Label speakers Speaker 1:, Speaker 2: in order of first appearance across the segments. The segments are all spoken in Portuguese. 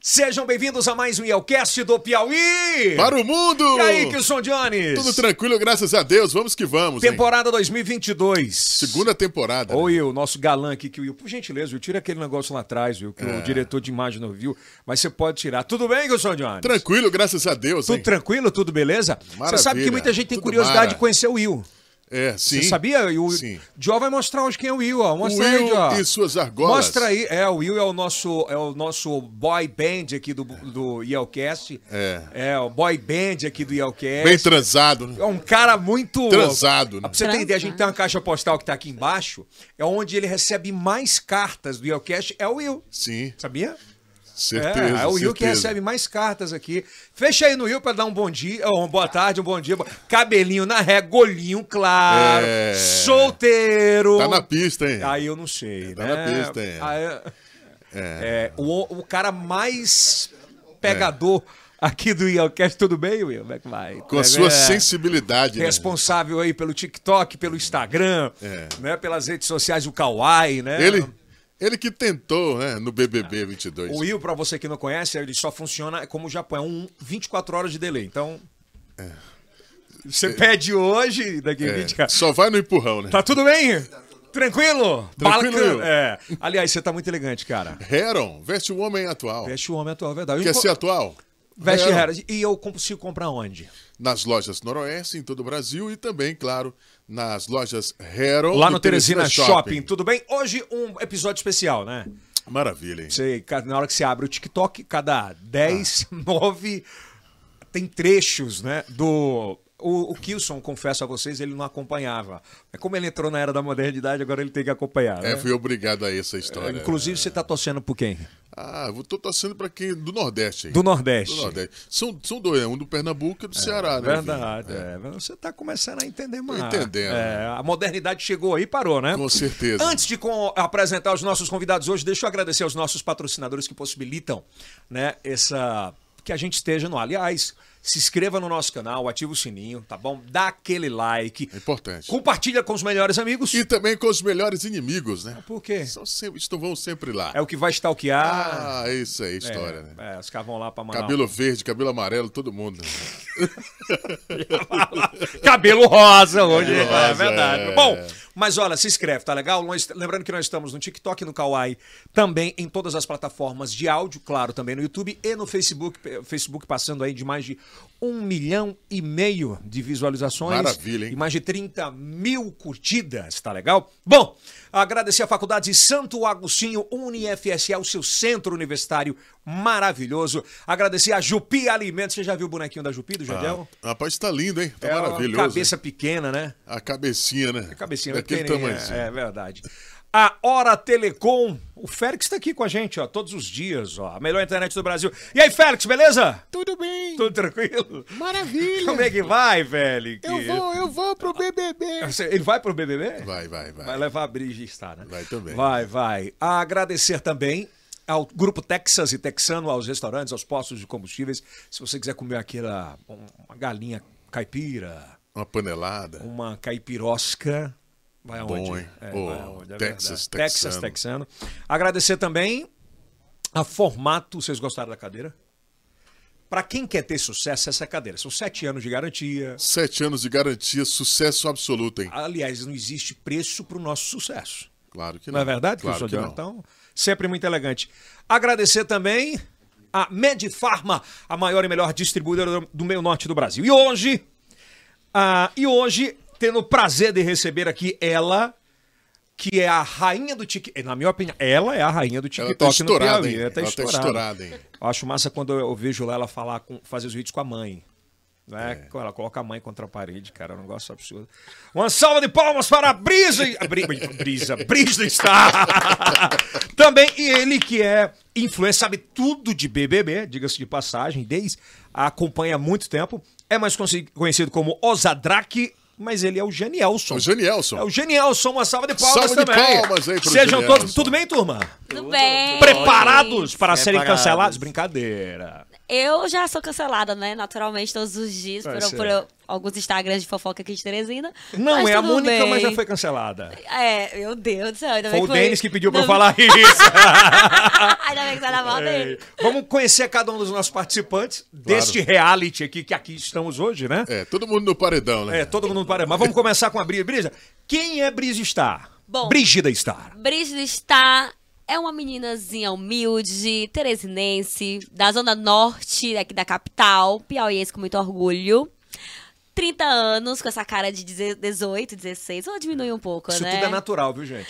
Speaker 1: Sejam bem-vindos a mais um Yelcast do Piauí!
Speaker 2: Para o mundo!
Speaker 1: E aí, Kilson Jones?
Speaker 2: Tudo tranquilo, graças a Deus. Vamos que vamos. hein?
Speaker 1: Temporada 2022.
Speaker 2: Segunda temporada. né?
Speaker 1: Oi, o nosso galã aqui, que o Will, por gentileza, Will, tira aquele negócio lá atrás, viu, que
Speaker 2: É.
Speaker 1: o diretor de imagem não viu, mas você pode tirar. Tudo bem, Kilson Jones?
Speaker 2: Tranquilo, graças a Deus.
Speaker 1: Tudo
Speaker 2: hein?
Speaker 1: tranquilo? Tudo beleza? Você
Speaker 2: Maravilha.
Speaker 1: sabe que muita gente tem
Speaker 2: Tudo
Speaker 1: curiosidade
Speaker 2: mara.
Speaker 1: de conhecer o Will.
Speaker 2: É, sim.
Speaker 1: Você sabia? E o
Speaker 2: Sim.
Speaker 1: Jó vai mostrar hoje quem é o Will, ó. Mostra
Speaker 2: Will
Speaker 1: aí, Jó.
Speaker 2: e suas argolas.
Speaker 1: Mostra aí. É, o Will é o nosso, é o nosso boy band aqui do, do Yelcast.
Speaker 2: É.
Speaker 1: É, o boy band aqui do Yelcast.
Speaker 2: Bem transado. né?
Speaker 1: É um cara muito.
Speaker 2: Transado, né?
Speaker 1: Pra você ter
Speaker 3: Transado.
Speaker 1: ideia, a gente tem uma caixa postal que tá aqui embaixo, é onde ele recebe mais cartas do Yelcast, é o Will.
Speaker 2: Sim,
Speaker 1: Sabia?
Speaker 2: certeza.
Speaker 1: é, é o Will que
Speaker 2: certeza.
Speaker 1: recebe mais cartas aqui. Fecha aí no Will pra dar um bom dia, ou uma boa tarde, um bom dia. bo- Cabelinho na régua, olhinho claro,
Speaker 2: É.
Speaker 1: solteiro.
Speaker 2: Tá na pista, hein?
Speaker 1: Aí eu não sei,
Speaker 2: Tá
Speaker 1: né?
Speaker 2: na pista, é.
Speaker 1: Aí- É, o, o cara mais pegador aqui do Yelcast, tudo bem, Will? Como é que vai?
Speaker 2: É. Com a sua
Speaker 1: É.
Speaker 2: sensibilidade. né?
Speaker 1: Responsável aí pelo TikTok, pelo Instagram,
Speaker 2: É.
Speaker 1: né, pelas redes sociais, o Kawaii, né?
Speaker 2: Ele, ele que tentou, né? No BBB 22.
Speaker 1: O Will, pra você que não conhece, ele só funciona como o Japão, é um 24 horas de delay. Então. Você pede hoje, daqui a
Speaker 2: É,
Speaker 1: 20 caras.
Speaker 2: Só vai no empurrão, né?
Speaker 1: Tá tudo bem? Tranquilo?
Speaker 2: Tranquilo, Will.
Speaker 1: É. Aliás, você tá muito elegante, cara.
Speaker 2: Heron, veste o homem atual.
Speaker 1: Veste o homem atual, é verdade. Eu
Speaker 2: Quer
Speaker 1: enco-
Speaker 2: ser É. atual?
Speaker 1: Veste
Speaker 2: Heron.
Speaker 1: Herald. E eu consigo comprar onde?
Speaker 2: nas lojas Noroeste em todo o Brasil e também, claro, nas lojas Hero
Speaker 1: Lá
Speaker 2: e
Speaker 1: no Teresina Shopping, tudo bem? Hoje um episódio especial, né?
Speaker 2: Maravilha, hein?
Speaker 1: Você, ca- na hora que você abre o TikTok, cada 10, 9 tem trechos, né? Do. O, o Kilson, confesso a vocês, ele não acompanhava. É como ele entrou na era da modernidade, agora ele tem que acompanhar. né?
Speaker 2: É, fui obrigado a essa história.
Speaker 1: Inclusive, você tá torcendo por quem?
Speaker 2: Ah, eu tô torcendo pra quem? Do Nordeste, hein?
Speaker 1: Do Nordeste. É,
Speaker 2: Do Nordeste. São, são dois, né? um do Pernambuco e um do Ceará, né?
Speaker 1: Verdade. é. Você tá começando a entender mais.
Speaker 2: entendendo. né?
Speaker 1: É, a modernidade chegou aí e parou, né?
Speaker 2: Com certeza.
Speaker 1: Antes de com- apresentar os nossos convidados hoje, deixa eu agradecer aos nossos patrocinadores que possibilitam, né, essa que a gente esteja no. ar. Aliás, se inscreva no nosso canal, ativa o sininho, tá bom? Dá aquele like.
Speaker 2: É importante.
Speaker 1: Compartilha com os melhores amigos.
Speaker 2: E também com os melhores inimigos, né?
Speaker 1: Por quê?
Speaker 2: São sempre, estão, vão sempre lá.
Speaker 1: É o que vai stalkear.
Speaker 2: Ah, isso aí, história,
Speaker 1: é,
Speaker 2: né?
Speaker 1: é, os caras vão lá pra mandar.
Speaker 2: Cabelo verde, cabelo amarelo, todo mundo. né?
Speaker 1: Cabelo rosa hoje.
Speaker 2: Cabelo
Speaker 1: é
Speaker 2: rosa,
Speaker 1: verdade.
Speaker 2: é.
Speaker 1: Bom, mas olha, se inscreve, tá legal? Nós- lembrando que nós estamos no TikTok, no Kawaii, também em todas as plataformas de áudio, claro, também no YouTube e no Facebook. Pe- Facebook passando aí de mais de um milhão e meio de visualizações.
Speaker 2: Maravilha, hein?
Speaker 1: E mais de 30 mil curtidas, tá legal? Bom, agradecer à Faculdade Santo Agostinho, UniFSA, o seu centro universitário maravilhoso. Agradecer a Jupi Alimentos. Você já viu o bonequinho da Jupi, do
Speaker 2: Ah,
Speaker 1: Jardel?
Speaker 2: Rapaz, tá lindo, hein? Tá
Speaker 1: É
Speaker 2: maravilhoso.
Speaker 1: uma cabeça pequena, né?
Speaker 2: hein? A cabecinha, né? A
Speaker 1: Cabecinha
Speaker 2: Daquele
Speaker 1: pequenininha,
Speaker 2: tamanhozinho.
Speaker 1: É verdade. A Hora Telecom. O Félix está aqui com a gente, ó, todos os dias, ó. A melhor internet do Brasil. E aí, Félix, beleza?
Speaker 4: Tudo bem.
Speaker 1: Tudo tranquilo?
Speaker 4: Maravilha.
Speaker 1: Como é que vai, Félix?
Speaker 4: Eu vou, eu vou pro BBB.
Speaker 1: Você- Ele vai pro BBB?
Speaker 2: Vai, vai, vai.
Speaker 1: Vai levar a briga está, né?
Speaker 2: Vai também.
Speaker 1: Vai, vai. Agradecer também ao Grupo Texas e Texano, aos restaurantes, aos postos de combustíveis. Se você quiser comer aquela um- uma galinha caipira,
Speaker 2: Uma panelada.
Speaker 1: uma caipirosca. Vai
Speaker 2: Bom,
Speaker 1: aonde? É,
Speaker 2: hein? Ô,
Speaker 1: vai aonde,
Speaker 2: Texas,
Speaker 1: verdade. Texas,
Speaker 2: texano.
Speaker 1: texano. Agradecer também a formato. Vocês gostaram da cadeira? Para quem quer ter sucesso, essa é cadeira. São sete anos de garantia.
Speaker 2: Sete anos de garantia, sucesso absoluto, hein?
Speaker 1: Aliás, não existe preço para o nosso sucesso.
Speaker 2: Claro que não.
Speaker 1: Não é verdade,
Speaker 2: claro
Speaker 1: professor
Speaker 2: que
Speaker 1: Diogo?
Speaker 2: não.
Speaker 1: Então, sempre muito elegante. Agradecer também a Medifarma, a maior e melhor distribuidora do- do meio norte do Brasil. E hoje, ah, e hoje, tendo o prazer de receber aqui ela, que é a rainha do TikTok. Na minha opinião, ela é a rainha do
Speaker 2: Ela
Speaker 1: TikTok
Speaker 2: tá
Speaker 1: no Piauí.
Speaker 2: estourada, hein?
Speaker 1: Ela tá estourada.
Speaker 2: hein?
Speaker 1: Eu acho massa quando eu vejo lá ela falar com, fazer os vídeos com a mãe. Né?
Speaker 2: É.
Speaker 1: Ela coloca a mãe contra a parede, cara. É um negócio absurdo. Uma salva de palmas para a Brisa. a Bri- Brisa, Brisa está. Também e ele que é influencer, sabe tudo de BBB, diga-se de passagem, desde acompanha há muito tempo. É mais consi- conhecido como Ozadraque, mas ele é o Genielson.
Speaker 2: É o Genielson.
Speaker 1: É o Genielson, uma salva de palmas
Speaker 2: Salva de
Speaker 1: também.
Speaker 2: palmas aí pro
Speaker 1: Sejam todos.
Speaker 2: Genielson.
Speaker 1: Tudo bem, turma?
Speaker 3: Tudo bem.
Speaker 1: Preparados
Speaker 3: É
Speaker 1: para serem
Speaker 5: Preparados.
Speaker 1: cancelados? Brincadeira.
Speaker 3: Eu já sou cancelada, né? Naturalmente, todos os dias,
Speaker 1: Vai
Speaker 3: por,
Speaker 1: ser.
Speaker 3: por, alguns Instagrams de fofoca aqui de Teresina.
Speaker 1: Não
Speaker 3: mas
Speaker 1: é a
Speaker 3: tudo
Speaker 1: Mônica,
Speaker 3: bem.
Speaker 1: mas já foi cancelada.
Speaker 3: É, meu Deus do céu. ainda
Speaker 1: Foi
Speaker 3: bem
Speaker 1: o Denis que pediu pra eu
Speaker 3: Ainda-
Speaker 1: falar isso.
Speaker 3: Ainda bem que tá na mão dele.
Speaker 1: É. Vamos conhecer cada um dos nossos participantes deste reality aqui, que aqui estamos hoje, né?
Speaker 2: É, todo mundo no paredão, né?
Speaker 1: É, todo mundo para. Mas vamos começar com a Brisa. Brisa, quem é Brisa Star?
Speaker 3: Bom. Né?
Speaker 1: Brígida Star.
Speaker 3: Brígida está. É uma meninazinha humilde, teresinense, da zona norte aqui da capital, piauiense com muito orgulho. 30 anos, com essa cara de 18, 16. Vou diminuir um pouco,
Speaker 1: Isso
Speaker 3: né?
Speaker 1: tudo é natural, viu, gente?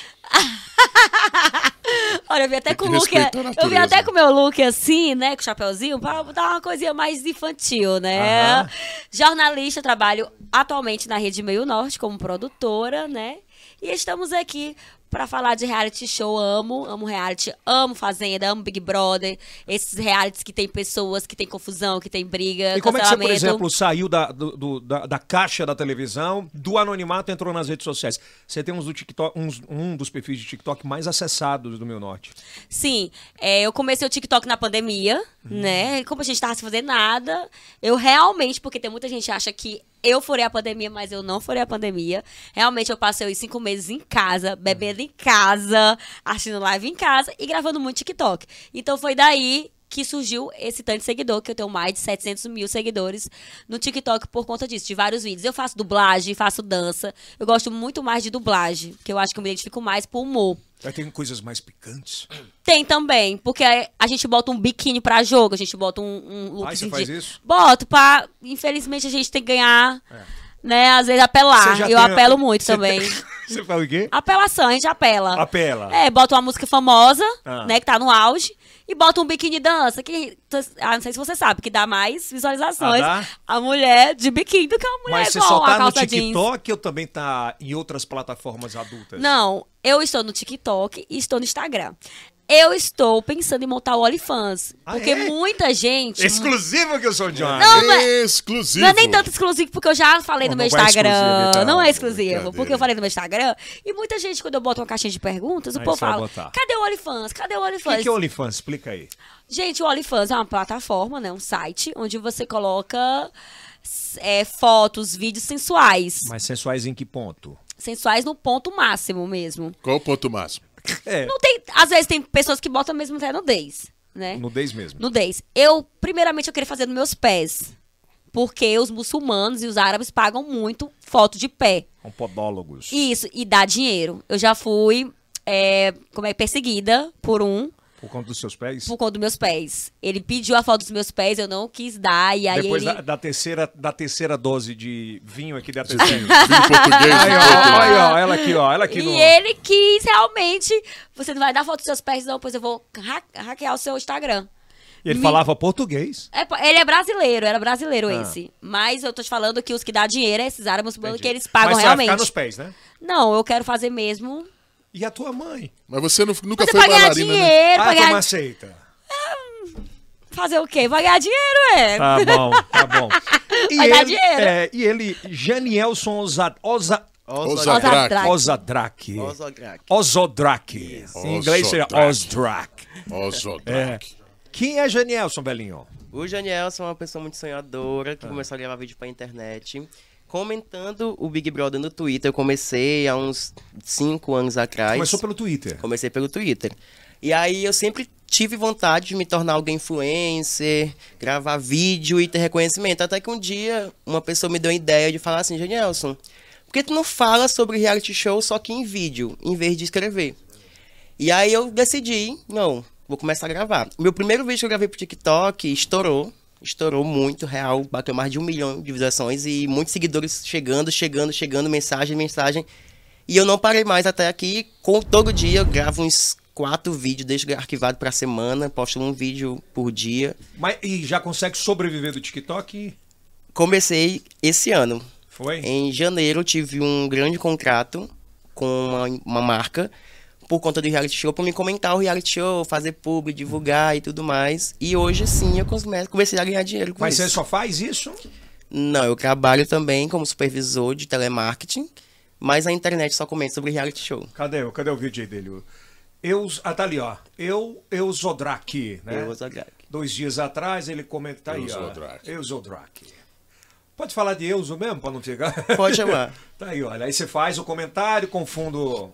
Speaker 3: Olha, eu vi até
Speaker 1: É
Speaker 2: Tem
Speaker 3: com
Speaker 2: que
Speaker 3: o look.
Speaker 2: respeitar a
Speaker 3: Eu vi
Speaker 2: natureza.
Speaker 3: até com o meu look assim, né? Com o chapeuzinho, pra dar uma coisinha mais infantil, né?
Speaker 1: Aham.
Speaker 3: Jornalista, trabalho atualmente na Rede Meio Norte como produtora, né? E estamos aqui pra falar de reality show. Amo, amo reality, amo Fazenda, amo Big Brother. Esses realities que tem pessoas, que tem confusão, que tem briga.
Speaker 1: E como é que você, por
Speaker 3: cancelamento.
Speaker 1: exemplo, saiu da, do- do- da, da caixa da televisão, do anonimato e entrou nas redes sociais? Você tem uns do TikTok, uns- um dos perfis de TikTok mais acessados do meu norte.
Speaker 3: Sim, é, eu comecei o TikTok na pandemia, né? E Como a gente tava sem fazer nada, eu realmente, porque tem muita gente que acha que eu furei a pandemia, mas eu não furei a pandemia. Realmente, eu passei os cinco meses em casa, bebendo em casa, assistindo live em casa e gravando muito TikTok. Então foi daí que surgiu esse tanto de seguidor, que eu tenho mais de 700 mil seguidores no TikTok por conta disso, de vários vídeos. Eu faço dublagem, faço dança. Eu gosto muito mais de dublagem, que eu acho que eu me identifico mais por humor.
Speaker 1: Aí tem coisas mais picantes.
Speaker 3: Tem também, porque a- a gente bota um biquíni pra jogo, a gente bota um, um look
Speaker 1: Ah, você
Speaker 3: de-
Speaker 1: faz isso? É.
Speaker 3: Boto pra... Infelizmente, a gente tem que ganhar, né? Às vezes,
Speaker 1: Você
Speaker 3: apelar.
Speaker 1: já
Speaker 3: Eu
Speaker 1: tem-
Speaker 3: apelo muito
Speaker 1: você
Speaker 3: também.
Speaker 1: tem- Você fala o quê?
Speaker 3: Apelação, a gente apela.
Speaker 1: Apela.
Speaker 3: É, bota uma música famosa,
Speaker 1: Ah.
Speaker 3: né? Que tá no auge. E bota um biquíni dança, que... Ah, não sei se você sabe, que dá mais visualizações.
Speaker 1: Ah, dá?
Speaker 3: A mulher de biquíni do que a mulher
Speaker 1: Mas você
Speaker 3: com
Speaker 1: só
Speaker 3: É a
Speaker 1: tá no
Speaker 3: calça jeans.
Speaker 1: TikTok ou também tá em outras plataformas adultas?
Speaker 3: Não, eu estou no TikTok e estou no Instagram. Eu estou pensando em montar o OnlyFans.
Speaker 1: Ah,
Speaker 3: porque
Speaker 1: é?
Speaker 3: muita gente.
Speaker 1: Exclusivo que eu sou Johnny.
Speaker 3: Não, não é-
Speaker 2: Exclusivo.
Speaker 3: Não é nem tanto exclusivo, porque eu já falei
Speaker 1: Não,
Speaker 3: no meu
Speaker 1: não é exclusivo,
Speaker 3: Instagram.
Speaker 1: então,
Speaker 3: não é exclusivo, porque
Speaker 2: brincadeira.
Speaker 3: eu falei no meu Instagram. E muita gente, quando eu boto uma caixinha de perguntas, o
Speaker 1: Aí
Speaker 3: povo
Speaker 1: você vai
Speaker 3: fala:
Speaker 1: botar.
Speaker 3: cadê o OnlyFans? Cadê o
Speaker 1: O
Speaker 3: OnlyFans?
Speaker 1: que, que é OnlyFans? Explica aí.
Speaker 3: Gente, o OnlyFans é uma plataforma, né? Um site onde você coloca é, fotos, vídeos sensuais.
Speaker 1: Mas sensuais em que ponto?
Speaker 3: Sensuais no ponto máximo mesmo.
Speaker 2: Qual o ponto máximo?
Speaker 1: É,
Speaker 3: Não tem. Às vezes tem pessoas que botam mesmo até nudez, né?
Speaker 1: nudez mesmo.
Speaker 3: Nudez. Eu, primeiramente, eu queria fazer nos meus pés. Porque os muçulmanos e os árabes pagam muito foto de pé.
Speaker 1: São podólogos.
Speaker 3: Isso, e dá dinheiro. Eu já fui, é, como é, perseguida por um,
Speaker 1: Por conta dos seus pés?
Speaker 3: por conta dos meus pés. Ele pediu a foto dos meus pés, eu não quis dar, e aí
Speaker 1: Depois
Speaker 3: ele...
Speaker 1: da, da terceira, da terceira dose de vinho aqui da terceira.
Speaker 2: Filho português,
Speaker 1: Aí,
Speaker 2: filho
Speaker 1: ó, aí,
Speaker 2: português.
Speaker 1: ó, ela aqui, ó, ela aqui
Speaker 3: E
Speaker 1: no...
Speaker 3: ele quis realmente... Você não vai dar foto dos seus pés, não, pois eu vou ha- hackear o seu Instagram.
Speaker 1: Ele
Speaker 3: me-
Speaker 1: falava português.
Speaker 3: É, pô, ele é brasileiro, era brasileiro
Speaker 1: Ah.
Speaker 3: esse. Mas eu tô te falando que os que dá dinheiro é esses árabes muçulmanos que eles pagam
Speaker 1: Mas você vai
Speaker 3: realmente.
Speaker 1: ficar nos pés, né?
Speaker 3: Não, eu quero fazer mesmo.
Speaker 1: E a tua mãe?
Speaker 2: Mas você nu- nunca
Speaker 3: Mas é
Speaker 2: Então foi
Speaker 3: pra ganhar
Speaker 2: bailarina, né?
Speaker 3: dinheiro, pra
Speaker 1: ah,
Speaker 3: ganhar-
Speaker 1: tu aceita.
Speaker 3: Fazer o quê? Pra ganhar dinheiro, é.
Speaker 5: Ah,
Speaker 1: Tá bom, tá bom. E
Speaker 3: Vai dar
Speaker 1: ele,
Speaker 3: dinheiro.
Speaker 1: é, e ele, Janielson Osa, Osa,
Speaker 3: Osa-
Speaker 2: Osadraque.
Speaker 3: Osadraque.
Speaker 1: Osadraque.
Speaker 5: Osadraque.
Speaker 1: Ozodraque. Em inglês seria
Speaker 2: Ozodraque.
Speaker 1: Osdraque. É.
Speaker 2: Osadraque.
Speaker 1: Quem é Janielson, velhinho?
Speaker 5: O Janielson é uma pessoa muito sonhadora
Speaker 1: Ah.
Speaker 5: que começou a gravar vídeo pra internet. Comentando o Big Brother no Twitter, eu comecei há uns 5 anos atrás.
Speaker 1: Começou pelo Twitter.
Speaker 5: Comecei pelo Twitter. E aí eu sempre tive vontade de me tornar alguém influencer, gravar vídeo e ter reconhecimento. Até que um dia uma pessoa me deu a ideia de falar assim, Janielson, por que tu não fala sobre reality show só que em vídeo, em vez de escrever? E aí eu decidi, não, vou começar a gravar. Meu primeiro vídeo que eu gravei pro TikTok estourou. Estourou muito, real, bateu mais de um milhão de visualizações e muitos seguidores chegando, chegando, chegando, mensagem, mensagem. E eu não parei mais até aqui. Com, todo dia eu gravo uns quatro vídeos, deixo arquivado pra semana, posto um vídeo por dia.
Speaker 1: Mas, e já consegue sobreviver do TikTok?
Speaker 5: Comecei esse ano.
Speaker 1: Foi?
Speaker 5: Em janeiro eu tive um grande contrato com uma, uma marca por conta do reality show, pra me comentar o reality show, fazer publi, divulgar e tudo mais. E hoje sim eu come- comecei a ganhar dinheiro com
Speaker 1: Mas
Speaker 5: isso.
Speaker 1: você só faz isso?
Speaker 5: Não, eu trabalho também como supervisor de telemarketing, mas a internet só comenta sobre reality show.
Speaker 1: Cadê, o- cadê o vídeo aí dele? Eu, ah, tá ali, ó. Eu, eu Zodraque, né?
Speaker 5: Eu, Zodraque.
Speaker 1: Dois dias atrás ele comenta tá aí, ó.
Speaker 2: Zodraque.
Speaker 1: Eu Zodraque. Pode falar de Euso mesmo, pra não ficar.
Speaker 5: Pode chamar.
Speaker 1: tá aí, olha. Aí você faz o comentário com fundo.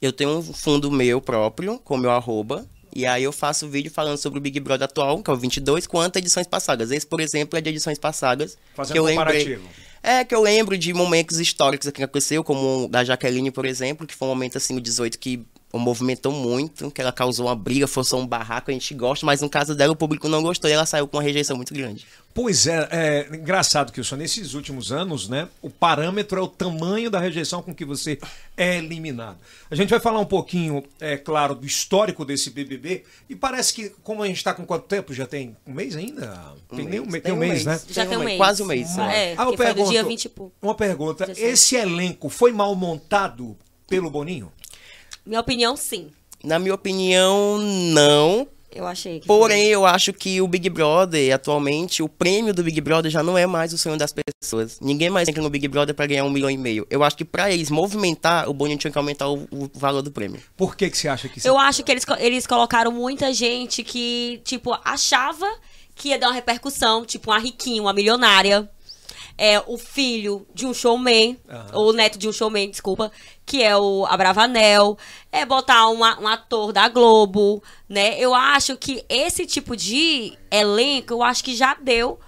Speaker 5: Eu tenho um fundo meu próprio, com meu arroba. E aí eu faço vídeo falando sobre o Big Brother atual, que é o 22, quanto edições passadas. Esse, por exemplo, é de edições passadas.
Speaker 1: Fazendo
Speaker 5: que eu
Speaker 1: comparativo.
Speaker 5: Lembrei, é, que eu lembro de momentos históricos que aconteceu, como o da Jaqueline, por exemplo, que foi um momento assim, o 18, que movimentou muito, que ela causou uma briga, forçou um barraco, a gente gosta, mas no caso dela o público não gostou e ela saiu com uma rejeição muito grande.
Speaker 1: Pois é, é engraçado que eu sou nesses últimos anos, né? O parâmetro é o tamanho da rejeição com que você é eliminado. A gente vai falar um pouquinho, é claro, do histórico desse BBB e parece que como a gente está com quanto tempo? Já tem um mês ainda? tem nem um mês, tem um mês, né?
Speaker 3: Já tem um mês.
Speaker 5: Quase um mês.
Speaker 3: Ah,
Speaker 5: né?
Speaker 3: é. porque foi do dia 20 e pouco.
Speaker 1: Uma pergunta,
Speaker 3: 17.
Speaker 1: esse elenco foi mal montado pelo Boninho?
Speaker 3: Minha opinião, sim.
Speaker 5: Na minha opinião, não,
Speaker 3: Eu achei. que foi.
Speaker 5: Porém, eu acho que o Big Brother, atualmente, o prêmio do Big Brother já não é mais o sonho das pessoas. Ninguém mais entra no Big Brother pra ganhar um milhão e meio. Eu acho que pra eles movimentar, o Boninho tinha que aumentar o, o valor do prêmio.
Speaker 1: Por que, que você acha que isso?
Speaker 3: Eu acho que eles, co- eles colocaram muita gente que, tipo, achava que ia dar uma repercussão, tipo, uma riquinha, uma milionária. É, o filho de um showman, ou o neto de um showman, desculpa, que é o Abravanel. É botar uma- um ator da Globo, né? Eu acho que esse tipo de elenco, eu acho que já deu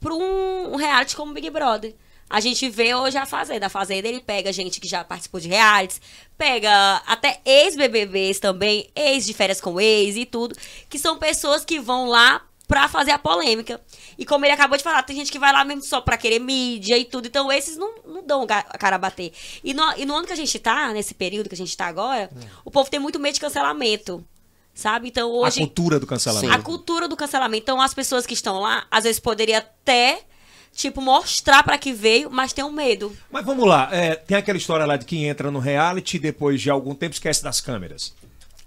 Speaker 3: pra um, um reality como Big Brother. A gente vê hoje a Fazenda. A Fazenda ele pega gente que já participou de realities, pega até ex-BBBs também, ex de férias com ex e tudo, que são pessoas que vão lá pra fazer a polêmica. E como ele acabou de falar, tem gente que vai lá mesmo só pra querer mídia e tudo. Então esses não, não dão o ga- a cara a bater. E no, e no ano que a gente tá, nesse período que a gente tá
Speaker 1: É.
Speaker 3: agora, o povo tem muito medo de cancelamento. Sabe? Então hoje.
Speaker 1: A cultura do cancelamento.
Speaker 3: A cultura do cancelamento. Então, as pessoas que estão lá, às vezes poderia até, tipo, mostrar pra que veio, mas tem um medo.
Speaker 1: Mas vamos lá, é, tem aquela história lá de quem entra no reality e depois de algum tempo esquece das câmeras.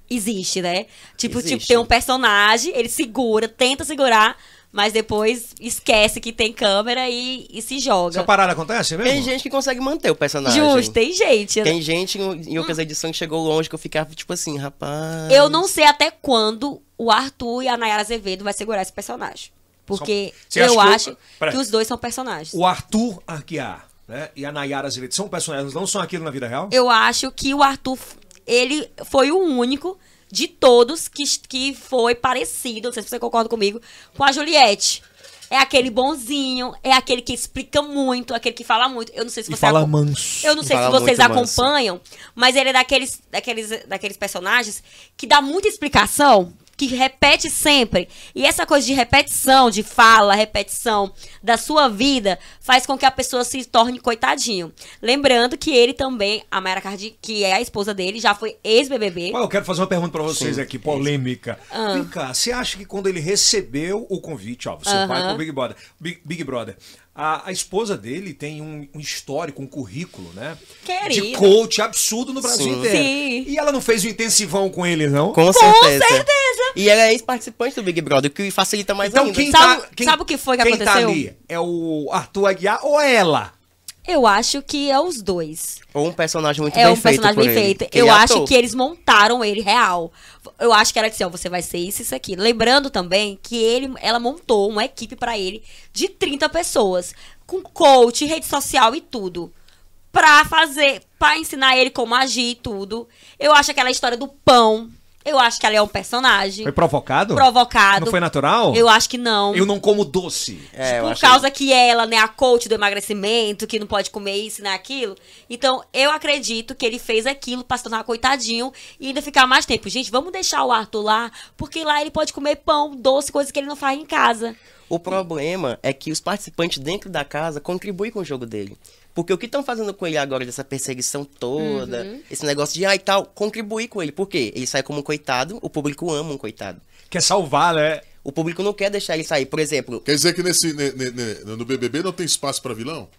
Speaker 3: Existe, né? Tipo,
Speaker 5: Existe.
Speaker 3: tipo, tem um personagem, ele segura, tenta segurar, mas depois esquece que tem câmera e, e se
Speaker 1: Essa
Speaker 3: joga.
Speaker 1: parada acontece mesmo?
Speaker 5: Tem gente que consegue manter o personagem.
Speaker 3: Uhum. Justo, tem gente. né?
Speaker 5: Tem gente em, em outras edições que chegou longe que eu ficava tipo assim, rapaz.
Speaker 3: Eu não sei até quando o Arthur e a Nayara Azevedo vai segurar esse personagem. Porque
Speaker 1: São- Você acha que
Speaker 3: eu
Speaker 1: o-
Speaker 3: acho que,
Speaker 1: Peraí.
Speaker 3: os dois são personagens.
Speaker 1: O Arthur Arquear né, e a Nayara Azevedo são personagens, não são aquilo na vida real?
Speaker 3: Eu acho que o Arthur, ele foi o único de todos que, que foi parecido, não sei se você concorda comigo, com a Juliette. É aquele bonzinho, é aquele que explica muito, é aquele que fala muito. Eu não sei se
Speaker 1: E
Speaker 3: você
Speaker 1: fala
Speaker 3: acom-
Speaker 1: manso.
Speaker 3: Eu não sei se
Speaker 5: Fala
Speaker 3: vocês
Speaker 5: muito manso.
Speaker 3: acompanham, mas ele é daqueles, daqueles, daqueles personagens que dá muita explicação, que repete sempre. E essa coisa de repetição, de fala, repetição da sua vida, faz com que a pessoa se torne coitadinho. Lembrando que ele também, a Mayra Cardi, que é a esposa dele, já foi ex-BBB.
Speaker 1: Mas eu quero fazer uma pergunta pra vocês aqui, polêmica.
Speaker 3: Ah.
Speaker 1: Vem cá, você acha que quando ele recebeu o convite, ó, você vai
Speaker 3: Aham.
Speaker 1: pro Big Brother, Big, Big Brother, a, a esposa dele tem um, um histórico, um currículo, né? De
Speaker 3: Querida.
Speaker 1: coach absurdo no Brasil
Speaker 5: Sim.
Speaker 1: inteiro.
Speaker 3: Sim.
Speaker 1: E ela não fez o intensivão com ele, não?
Speaker 5: Com,
Speaker 3: certeza.
Speaker 5: E ela é ex-participante do Big Brother, o que facilita mais
Speaker 1: Então
Speaker 5: ainda.
Speaker 1: quem
Speaker 3: Sabe-
Speaker 1: tá, quem,
Speaker 3: sabe o que foi que
Speaker 1: quem
Speaker 3: aconteceu?
Speaker 1: tá ali? É o Arthur Aguiar ou é ela?
Speaker 3: Eu acho que é os dois.
Speaker 5: Ou um personagem muito
Speaker 3: É
Speaker 5: bem
Speaker 3: um
Speaker 5: feito
Speaker 3: personagem
Speaker 5: por
Speaker 3: bem
Speaker 5: ele,
Speaker 3: feito.
Speaker 5: que
Speaker 3: Eu
Speaker 5: ele é
Speaker 3: acho
Speaker 5: ator.
Speaker 3: que eles montaram ele real. Eu acho que ela disse, ó, você vai ser isso e isso aqui. Lembrando também que ele, ela montou uma equipe pra ele de 30 pessoas, com coach, rede social e tudo. Pra fazer, pra ensinar ele como agir e tudo. Eu acho aquela história do pão. Eu acho que ela é um personagem.
Speaker 1: Foi provocado?
Speaker 3: Provocado.
Speaker 1: Não foi natural?
Speaker 3: Eu acho que não.
Speaker 1: Eu não como doce.
Speaker 5: É, eu
Speaker 3: por
Speaker 5: acho-
Speaker 3: causa que ela, né, a coach do emagrecimento, que não pode comer isso, né, aquilo. Então, eu acredito que ele fez aquilo pra se tornar coitadinho e ainda ficar mais tempo. Gente, vamos deixar o Arthur lá, porque lá ele pode comer pão, doce, coisas que ele não faz em casa.
Speaker 5: O problema é que os participantes dentro da casa contribuem com o jogo dele. Porque o que estão fazendo com ele agora, dessa perseguição toda, esse negócio de, ai tal, contribuir com ele. Por quê? Ele sai como um coitado, o público ama um coitado.
Speaker 1: Quer salvar, né?
Speaker 5: O público não quer deixar ele sair. Por exemplo,
Speaker 2: Quer dizer que nesse, ne- ne- ne- no BBB não tem espaço pra vilão?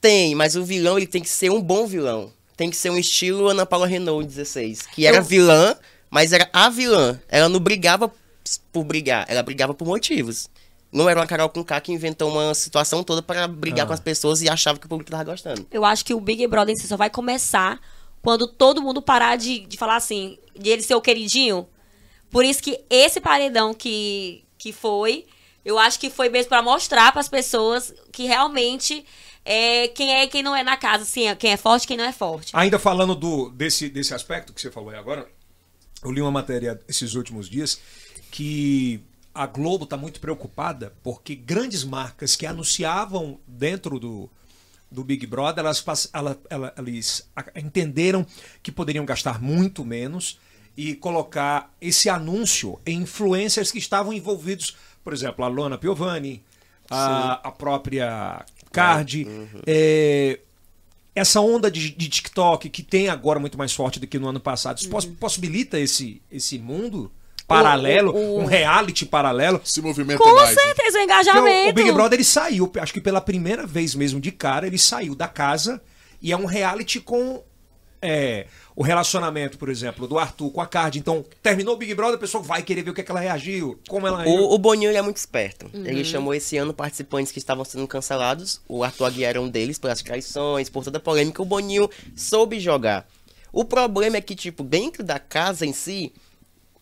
Speaker 5: tem, mas o vilão ele tem que ser um bom vilão. Tem que ser um estilo Ana Paula Renault 16, que era
Speaker 3: Eu-
Speaker 5: vilã, mas era a vilã. Ela não brigava por brigar, ela brigava por motivos. Não era uma Carol com K que inventou uma situação toda para brigar com as pessoas e achava que o público tava gostando.
Speaker 3: Eu acho que o Big Brother em si só vai começar quando todo mundo parar de, de falar assim, de ele ser o queridinho. Por isso que esse paredão que, que foi, Eu acho que foi mesmo pra mostrar pras pessoas que realmente é quem é e quem não é na casa, assim, quem é forte e quem não é forte.
Speaker 1: Ainda falando do, desse, desse aspecto que você falou aí agora, eu li uma matéria esses últimos dias que a Globo está muito preocupada porque grandes marcas que anunciavam dentro do, do Big Brother, elas, pass- ela, ela- eles a- entenderam que poderiam gastar muito menos e colocar esse anúncio em influencers que estavam envolvidos, por exemplo, a Lona Piovani, a, a própria Cardi, é, essa onda de, de TikTok que tem agora muito mais forte do que no ano passado, isso poss- possibilita esse, esse mundo paralelo,
Speaker 3: Uhum. o-
Speaker 1: um reality paralelo.
Speaker 2: Se movimenta
Speaker 3: Com
Speaker 2: mais. né?
Speaker 3: certeza, o
Speaker 1: Porque o-
Speaker 3: engajamento.
Speaker 1: o Big Brother ele saiu, acho que pela primeira vez mesmo de cara, ele saiu da casa e é um reality com é, o relacionamento, por exemplo, do Arthur com a Cardi. Então, terminou o Big Brother, a pessoa vai querer ver o que, é que ela reagiu, como ela reagiu.
Speaker 5: O, o Boninho ele é muito esperto. Ele
Speaker 3: Uhum.
Speaker 5: chamou esse ano participantes que estavam sendo cancelados. O Arthur Aguiar é um deles, pelas traições, por toda a polêmica. O Boninho soube jogar. O problema é que, tipo, dentro da casa em si,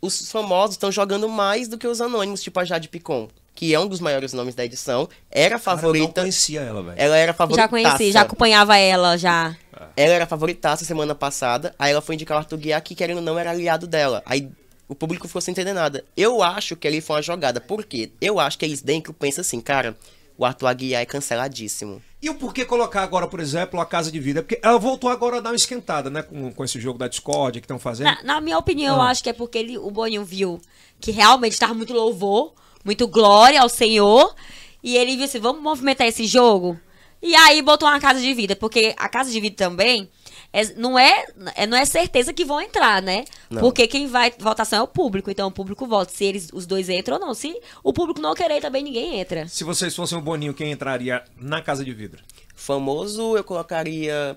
Speaker 5: os famosos estão jogando mais do que os anônimos, tipo a Jade Picon, que é um dos maiores nomes da edição. Era
Speaker 1: Cara, eu não
Speaker 5: favorita. é-
Speaker 1: conhecia ela, velho.
Speaker 5: ela era favorita.
Speaker 3: Já conheci, já acompanhava ela, já.
Speaker 5: Ela era favoritaça semana passada, aí ela foi indicar o Arthur Guiar, que querendo ou não era aliado dela. Aí o público ficou sem entender nada. Eu acho que ali foi uma jogada, por quê? Eu acho que eles dentro pensam assim, cara, o Arthur Aguiar é canceladíssimo.
Speaker 1: E o porquê colocar agora, por exemplo, a Casa de Vida? Porque ela voltou agora a dar uma esquentada, né? Com, com esse jogo da Discord que estão fazendo.
Speaker 3: Na, na minha opinião,
Speaker 5: Ah.
Speaker 3: eu acho que é porque ele, o Boninho viu que realmente estava muito louvor, muito glória ao Senhor. E ele viu assim, vamos movimentar esse jogo? E aí botou uma casa de vida, porque a casa de vida também é- não, é, é- não é certeza que vão entrar, né?
Speaker 5: Não.
Speaker 3: Porque quem vai votação é o público, então o público vota se eles os dois entram ou não. Se o público não querer, também ninguém entra.
Speaker 1: Se vocês fossem o Boninho, quem entraria na Casa de Vidro?
Speaker 5: Famoso, eu colocaria...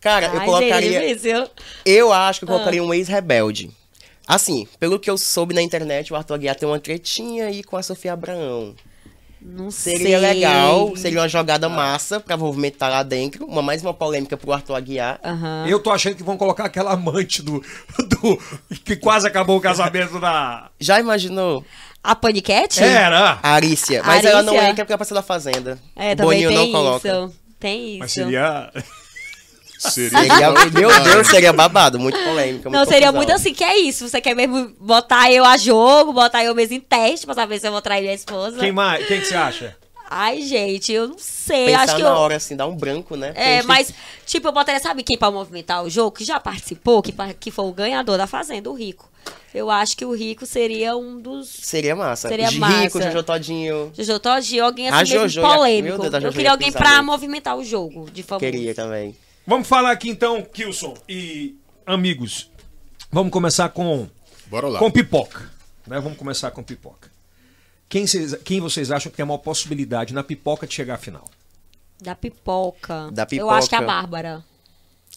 Speaker 5: Cara, eu
Speaker 3: Ai,
Speaker 5: colocaria...
Speaker 3: gente, difícil.
Speaker 5: Eu acho que eu colocaria um ex-rebelde. Assim, pelo que eu soube na internet, o Arthur Aguiar tem uma tretinha aí com a Sofia Abraão.
Speaker 3: Não
Speaker 5: Seria
Speaker 3: sei.
Speaker 5: legal, seria uma jogada massa pra movimentar lá dentro. Uma, mais uma polêmica pro Arthur Aguiar.
Speaker 3: Aham.
Speaker 1: Eu tô achando que vão colocar aquela amante do. do que quase acabou o casamento da.
Speaker 5: Já imaginou?
Speaker 3: A paniquete?
Speaker 5: É,
Speaker 1: Era!
Speaker 3: Ah,
Speaker 5: A Arícia. Mas ela não
Speaker 3: Arícia.
Speaker 5: entra porque ela passa da fazenda.
Speaker 3: É,
Speaker 5: o
Speaker 3: também
Speaker 5: Boninho
Speaker 3: tem
Speaker 5: não coloca.
Speaker 3: isso. Tem isso.
Speaker 1: Mas seria.
Speaker 2: Seria,
Speaker 5: Seria, meu
Speaker 2: extraordinário.
Speaker 5: Deus, seria babado. Muito polêmica.
Speaker 3: Não,
Speaker 5: muita
Speaker 3: seria
Speaker 5: confusão.
Speaker 3: muito assim, que é isso. Você quer mesmo botar eu a jogo, botar eu mesmo em teste pra saber se eu vou trair minha esposa.
Speaker 1: Quem mais? Quem que você acha?
Speaker 3: Ai, gente, eu não sei.
Speaker 5: Pensar
Speaker 3: acho que
Speaker 5: na
Speaker 3: eu.
Speaker 5: hora, assim, dá um branco, né? Porque a
Speaker 3: É,
Speaker 5: gente
Speaker 3: mas, tipo, eu botaria, sabe quem pra movimentar o jogo? Que já participou, que, par- que foi o ganhador da Fazenda, o Rico. Eu acho que o Rico seria um dos.
Speaker 5: Seria massa.
Speaker 3: Seria
Speaker 5: Rico,
Speaker 3: massa.
Speaker 5: Jojo Todinho.
Speaker 3: Jojo Todinho, alguém
Speaker 5: A
Speaker 3: assim
Speaker 5: Jojo ia-
Speaker 3: mesmo
Speaker 5: meu
Speaker 3: polêmico.
Speaker 5: Deus, a Jojo
Speaker 3: eu
Speaker 5: ia
Speaker 3: queria alguém
Speaker 5: pisar
Speaker 3: pra
Speaker 5: muito.
Speaker 3: movimentar o jogo de famoso.
Speaker 5: Queria também.
Speaker 1: Vamos falar aqui então, Kilson e amigos. Vamos começar com.
Speaker 2: Bora lá.
Speaker 1: Com pipoca. Né? Vamos começar com pipoca. Quem vocês, quem vocês acham que tem a maior possibilidade na pipoca de chegar à final?
Speaker 3: Da pipoca.
Speaker 5: Da
Speaker 3: Eu acho que é a
Speaker 5: pipoca.
Speaker 3: Bárbara.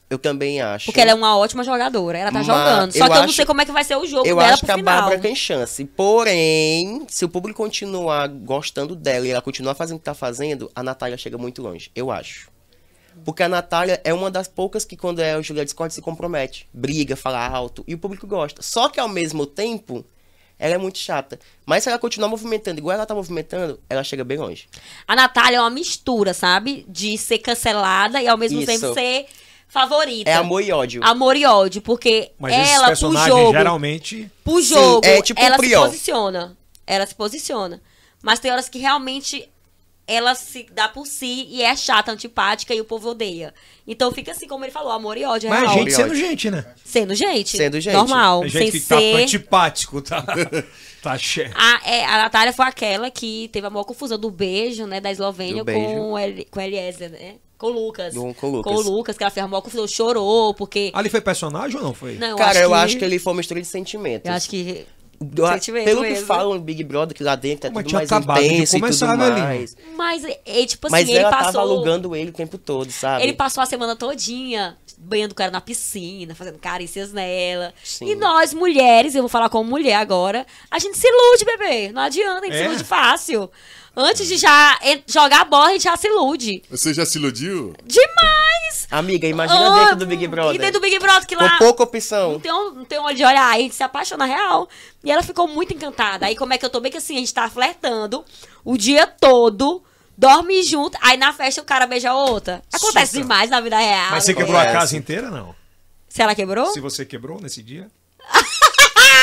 Speaker 5: Eu também acho.
Speaker 3: Porque ela é uma ótima jogadora. Ela tá
Speaker 5: Mas
Speaker 3: jogando. Só
Speaker 5: eu
Speaker 3: que eu não
Speaker 5: acho-
Speaker 3: sei como é que vai ser o jogo
Speaker 5: Eu
Speaker 3: dela
Speaker 5: acho
Speaker 3: pro
Speaker 5: que a
Speaker 3: final.
Speaker 5: Bárbara tem chance. Porém, se o público continuar gostando dela e ela continuar fazendo o que tá fazendo, a Natália chega muito longe, eu acho. Porque a Natália é uma das poucas que, quando é o Julia Discord, se compromete. Briga, fala alto. E o público gosta. Só que, ao mesmo tempo, ela é muito chata. Mas se ela continuar movimentando igual ela tá movimentando, ela chega bem longe.
Speaker 3: A Natália é uma mistura, sabe? De ser cancelada e ao mesmo
Speaker 5: Isso.
Speaker 3: tempo ser favorita.
Speaker 5: É amor e ódio.
Speaker 3: Então, Amor e ódio, porque
Speaker 1: Mas esses
Speaker 3: É, ela, pro
Speaker 1: personagens
Speaker 3: jogo,
Speaker 1: geralmente.
Speaker 3: pro jogo,
Speaker 5: é tipo
Speaker 3: ela
Speaker 5: o Priol.
Speaker 3: se posiciona. Ela se posiciona. Mas tem horas que realmente ela se dá por si e é chata, antipática e o povo odeia. Então fica assim, como ele falou, amor e ódio. é
Speaker 1: Mas a
Speaker 3: real.
Speaker 1: gente
Speaker 5: Auriol.
Speaker 1: sendo gente, né?
Speaker 3: Sendo gente.
Speaker 5: Sendo gente.
Speaker 3: Normal.
Speaker 1: A gente
Speaker 3: sem
Speaker 1: que tá
Speaker 3: ser...
Speaker 1: antipático, tá? tá cheio.
Speaker 3: A, é, a Natália foi aquela que teve a maior confusão do beijo, né, da Eslovênia
Speaker 5: Do beijo.
Speaker 3: com, o El, com o Eliezer, né? Com o Lucas.
Speaker 5: Do- com o Lucas.
Speaker 3: que ela fez a maior confusão, chorou, porque...
Speaker 1: Ali foi personagem ou não foi?
Speaker 3: Não,
Speaker 5: Cara, eu acho que ele foi uma mistura de sentimentos.
Speaker 3: Eu acho que...
Speaker 5: Eu a-
Speaker 3: sentimento
Speaker 5: Pelo que
Speaker 3: mesmo.
Speaker 5: falam no Big Brother, que lá dentro é
Speaker 1: Mas
Speaker 5: tudo
Speaker 1: tinha
Speaker 5: mais
Speaker 1: acabado de
Speaker 5: intenso e
Speaker 1: começar, né,
Speaker 5: tudo
Speaker 1: velhinho.
Speaker 5: mais.
Speaker 3: Mas, é, é, tipo assim,
Speaker 5: Mas
Speaker 3: ele
Speaker 5: ela
Speaker 3: passou...
Speaker 5: tava alugando ele o tempo todo, sabe?
Speaker 3: Ele passou a semana todinha banhando o cara na piscina, fazendo carícias nela.
Speaker 5: Sim.
Speaker 3: E nós, mulheres, eu vou falar como mulher agora, a gente se ilude, bebê. Não adianta, a gente
Speaker 1: É?
Speaker 3: se ilude fácil. Antes de já en- jogar a bola, a gente já se ilude.
Speaker 2: Você já se iludiu?
Speaker 3: Demais!
Speaker 5: Amiga, imagina
Speaker 3: Ah,
Speaker 5: dentro do Big Brother.
Speaker 3: E dentro do Big Brother, que lá...
Speaker 5: Com pouca
Speaker 3: Não
Speaker 5: opção.
Speaker 3: tem, um, não tem onde olhar, a gente se apaixona real. E ela ficou muito encantada. Aí como é que eu tô bem que assim, a gente tá flertando o dia todo, dorme junto, aí na festa o cara beija a outra. Acontece
Speaker 1: Super.
Speaker 3: demais na vida real.
Speaker 1: Mas você
Speaker 3: Acontece.
Speaker 1: quebrou a casa inteira, não?
Speaker 3: Se ela quebrou?
Speaker 1: Se você quebrou nesse dia?